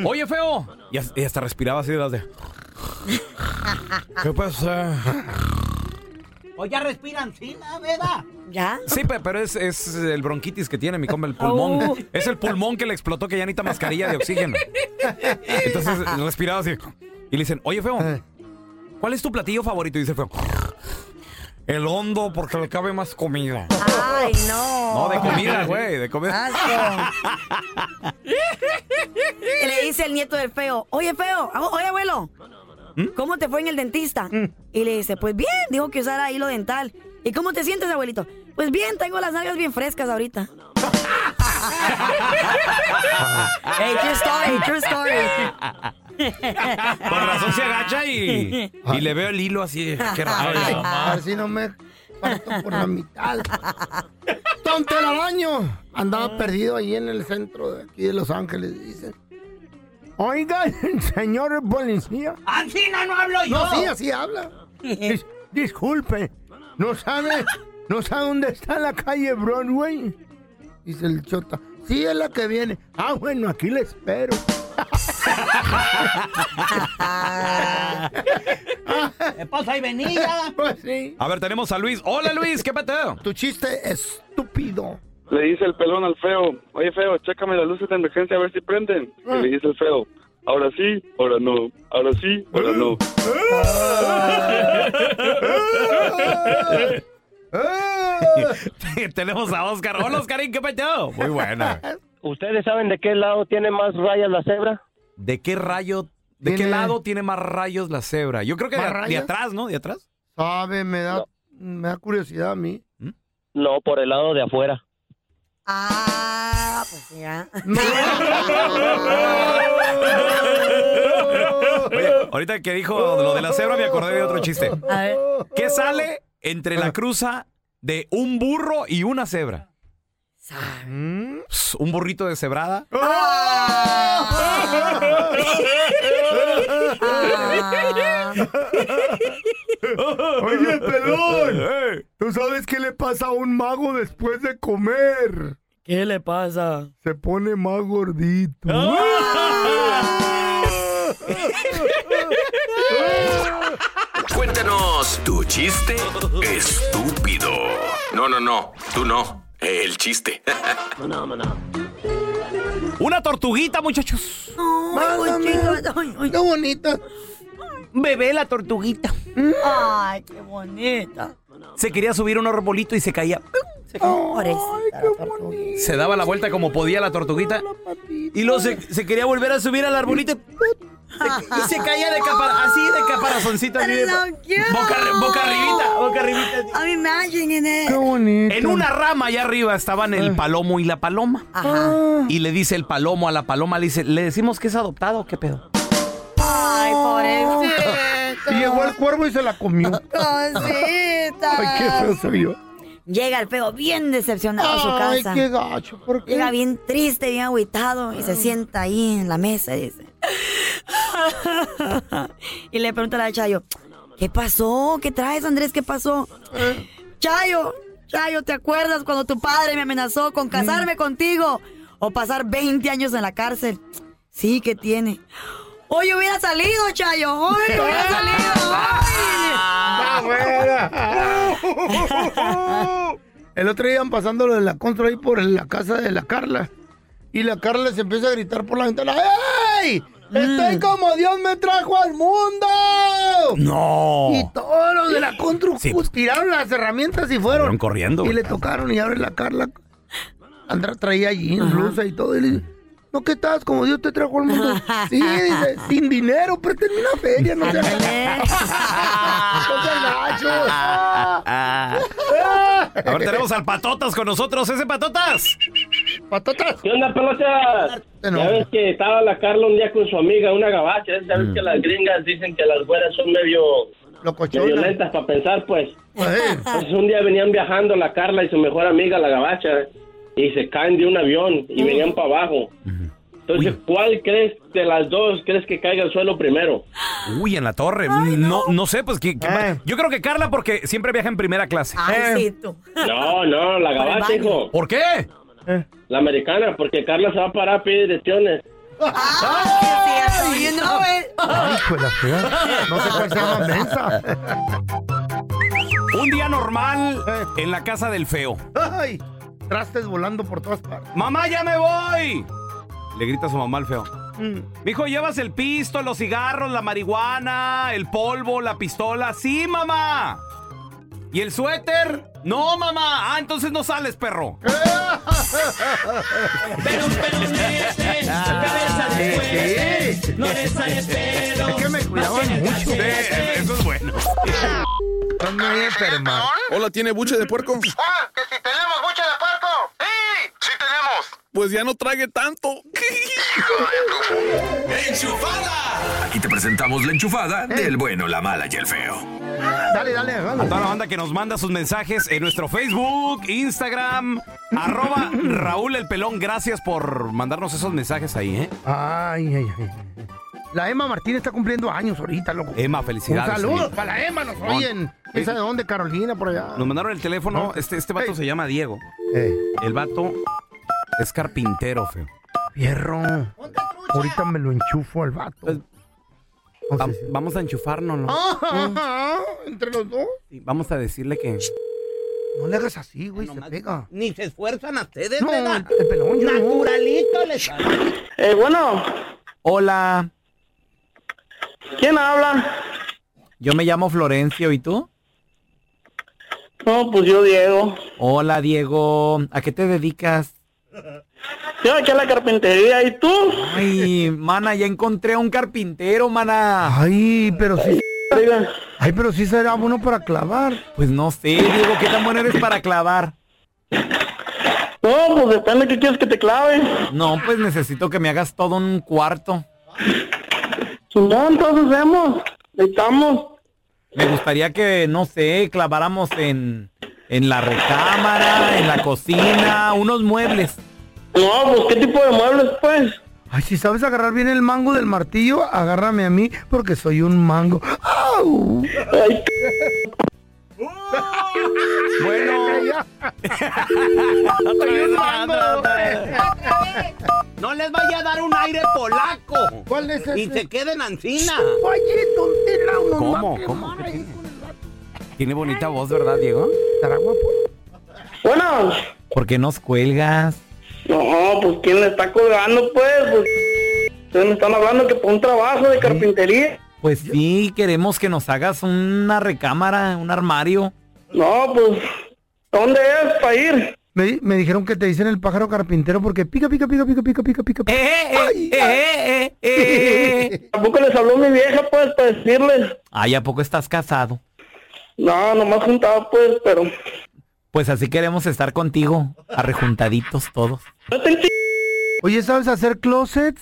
oye, feo. Y as- y hasta respiraba así de las de... Ah. ¿Qué pasa? Oye, Pues ya respiran, sí, la ¿verdad? ¿Ya? Sí, pe- pero es, es el bronquitis que tiene mi compa, el pulmón. Oh. Es el pulmón que le explotó que ya necesita mascarilla de oxígeno. Entonces respiraba así. Y le dicen, oye, feo, Eh. ¿cuál es tu platillo favorito? Y dice el feo, el hondo porque le cabe más comida. Ay, no. No, de comida, güey, de comida. Y le dice el nieto del feo, oye feo, a- oye abuelo, ¿Mm? ¿cómo te fue en el dentista? Y le dice, pues bien, dijo que usara hilo dental. ¿Y cómo te sientes, abuelito? Pues bien, tengo las nalgas bien frescas ahorita. hey, true story, true story. Con razón se agacha y, y le veo el hilo así. Qué raro. A ver si no me parto por la mitad. Don Telaraño andaba perdido ahí en el centro de aquí de Los Ángeles, dice. Oiga, el señor policía. ¡Así no, no hablo yo! No, sí, así habla. Dis- disculpe, ¿no sabe, ¿no sabe dónde está la calle Broadway? Dice el chota. Sí, es la que viene. Ah, bueno, aquí le espero. Ah. ¿Qué Eh, pasa ahí venía? Pues sí. A ver, tenemos a Luis. Hola, Luis, ¿qué pateo? Tu chiste estúpido. Le dice el pelón al feo, oye feo, chécame las luces de emergencia a ver si prenden. Y le dice el feo, ahora sí, ahora no, ahora sí, ahora no. tenemos a Oscar. Hola, Oscarín, ¿qué pateo? Muy buena. ¿Ustedes saben de qué lado tiene más rayas la cebra? ¿De qué rayo, de qué Tiene- lado tiene más rayos la cebra? Yo creo que ¿Más de, de rayas? atrás, ¿no? De atrás. Sabe, me da, me da curiosidad a mí. No, por el lado de afuera. Ah, pues ya. Oye, ahorita que dijo lo de la cebra me acordé de otro chiste. A ver. ¿Qué sale entre la cruza de un burro y una cebra? Pss, ¿Un burrito de cebrada? Oye, pelón. ¿Tú sabes qué le pasa a un mago después de comer? ¿Qué le pasa? Se pone más gordito. ¡Ah! Cuéntanos tu chiste estúpido. No, no, no, tú no. El chiste. Una tortuguita, muchachos. ¡Qué bonita! Bebé la tortuguita. Ay, qué bonita. Se quería subir a un arbolito y se caía. Pobrecita. Se daba la vuelta como podía la tortuguita. Y luego se, se quería volver a subir al arbolito. Y se caía de capara- así de caparazoncito. así de- Boca, arri- boca arribita, boca arribita. I'm imagining it. En una rama allá arriba estaban el palomo y la paloma. Y le dice el palomo a la paloma, le dice, ¿le decimos que es adoptado o qué pedo? Ay, Y pobrecita. llegó el cuervo y se la comió. Cosita. Ay, qué feo se vio. Llega el feo bien decepcionado a su Ay, casa. qué gacho, ¿por qué? Llega bien triste, bien agüitado y se sienta ahí en la mesa y dice. y le pregunta a la Chayo, ¿qué pasó? ¿Qué traes, Andrés? ¿Qué pasó? Eh. Chayo, Chayo, ¿te acuerdas cuando tu padre me amenazó con Mm. casarme contigo o pasar 20 años en la cárcel? Sí, que tiene. Hoy hubiera salido, Chayo. Hoy hubiera salido. Ah, Ah, El otro día iban pasando lo de la contra ahí por la casa de la Carla. Y la Carla se empieza a gritar por la ventana. ¡Ey! ¡Estoy como Dios me trajo al mundo! Mm. ¡No! Y todos los de la constru tiraron las herramientas y fueron. Fueron corriendo, Y güey. le tocaron y abre la Carla. Andra traía allí blusa y todo. Y le dice, ¿no qué estás? Como Dios te trajo al mundo. sí, dice, sin dinero, pero tenía una feria, no sé. Ah. Ah. A ver, tenemos al Patotas con nosotros. ¿Ese Patotas? ¿Patotas? ¿Qué onda, pelotas? Ya ves que estaba la Carla un día con su amiga, una gabacha. Ya ves que las gringas dicen que las güeras son medio, medio lentas para pensar, pues. Entonces un día venían viajando la Carla y su mejor amiga, la gabacha, y se caen de un avión y venían para abajo. Entonces, ¿cuál crees de las dos crees que caiga al suelo primero? Uy, en la torre. no. no, sé, pues ¿qué- qué mal- yo creo que Carla porque siempre viaja en primera clase. No, no, la Para el gabacha, baño. Eh. hijo. ¿Por qué? La americana, porque Carla se va a parar a pedir direcciones. You know it. No sé cuál sea más mensa. Un día normal en la casa del feo. ¡Ay! Trastes volando por todas partes. ¡Mamá, ya me voy! Le grita a su mamá al feo. Mijo, ¿llevas el pisto, los cigarros, la marihuana, el polvo, la pistola? ¡Sí, mamá! ¿Y el suéter? ¡No, mamá! Ah, entonces no sales, perro. Pues, No les hagas pedo. Es que me cuidaban mucho. eso es bueno. Hola, ¿tiene buche de puerco? ¡Ah! ¡Que si tenemos buche de puerco! ¡Sí! ¡Sí tenemos! Pues ya no trague tanto. ¡Enchufada! Aquí te presentamos la enchufada Eh. del bueno, la mala y el feo. Dale, dale, dale. A toda la banda que nos manda sus mensajes en nuestro Facebook, Instagram, arroba Raúl el Pelón. Gracias por mandarnos esos mensajes ahí, ¿eh? Ay, ay, ay. La Emma Martínez está cumpliendo años ahorita, loco. Emma, Un felicidades. saludo sí. para la Emma, nos oyen. ¿Esa de dónde? Carolina, por allá. Nos mandaron el teléfono. Este, este vato se llama Diego. El vato es carpintero, feo. Fierro. Ahorita me lo enchufo al vato. Va- Vamos a enchufarnos, ¿no? Oh, Ah, Entre los dos. Sí, Vamos a decirle que. No le hagas así, güey, se pega. Ni se esfuerzan a ustedes, No, ¿verdad? el pelón, yo no. Naturalito les Eh, bueno. Hola. ¿Quién habla? Yo me llamo Florencio, ¿y tú? No, pues yo, Diego. Hola, Diego. ¿A qué te dedicas? Yo aquí a la carpintería, ¿y tú? Ay, mana, ya encontré a un carpintero, mana. Ay, pero sí. Ay, pero sí será bueno para clavar. Pues no sé, Diego, ¿qué tan bueno eres para clavar? No, pues depende que quieres que te clave. No, pues necesito que me hagas todo un cuarto. No, entonces vemos. Necesitamos. Me gustaría que, no sé, claváramos en, en la recámara, en la cocina, unos muebles. No, pues qué tipo de muebles, pues. Ay, si sabes agarrar bien el mango del martillo, agárrame a mí porque soy un mango. ¡Au! Bueno. No les vaya a dar un aire polaco. ¿Cuál es Y se queden ancina. ¿Cómo? ¿Cómo? ¿Qué tiene? Tiene bonita voz, ¿verdad, Diego? Estará guapo. Bueno. ¿Por qué nos cuelgas? No, pues quién le está colgando, pues. pues ustedes me están hablando que por un trabajo de carpintería. Pues sí, queremos que nos hagas una recámara, un armario. No, pues, ¿dónde es para ir? Me, me dijeron que te dicen el pájaro carpintero porque pica, pica, pica, pica, pica, pica, pica. Ay, ay. Tampoco les habló mi vieja, pues, para decirles. Ay, ¿a poco estás casado? No, nomás juntado, pues, pero. Pues así queremos estar contigo, arrejuntaditos todos. Oye, ¿sabes hacer closets?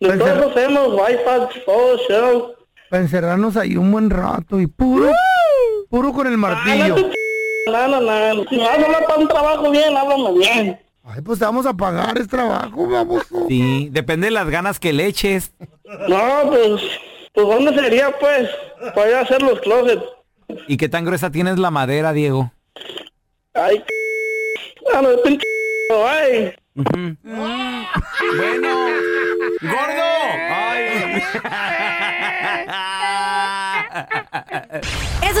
De todos los hacemos, iPads, Photoshop. Para encerrarnos ahí un buen rato y puro, puro Ah, con el martillo. No, no, no. Si me vas a hablar para un trabajo bien, háblame bien. Ay, pues te vamos a pagar, es trabajo, vamos. Sí, depende de las ganas que le eches. No, pues, pues, ¿dónde sería, pues? Para ir a hacer los closets. ¿Y qué tan gruesa tienes la madera, Diego? Ay, c... Ah, no, pinche... Ay. Bueno. ¡Gordo! ¡Ay! Este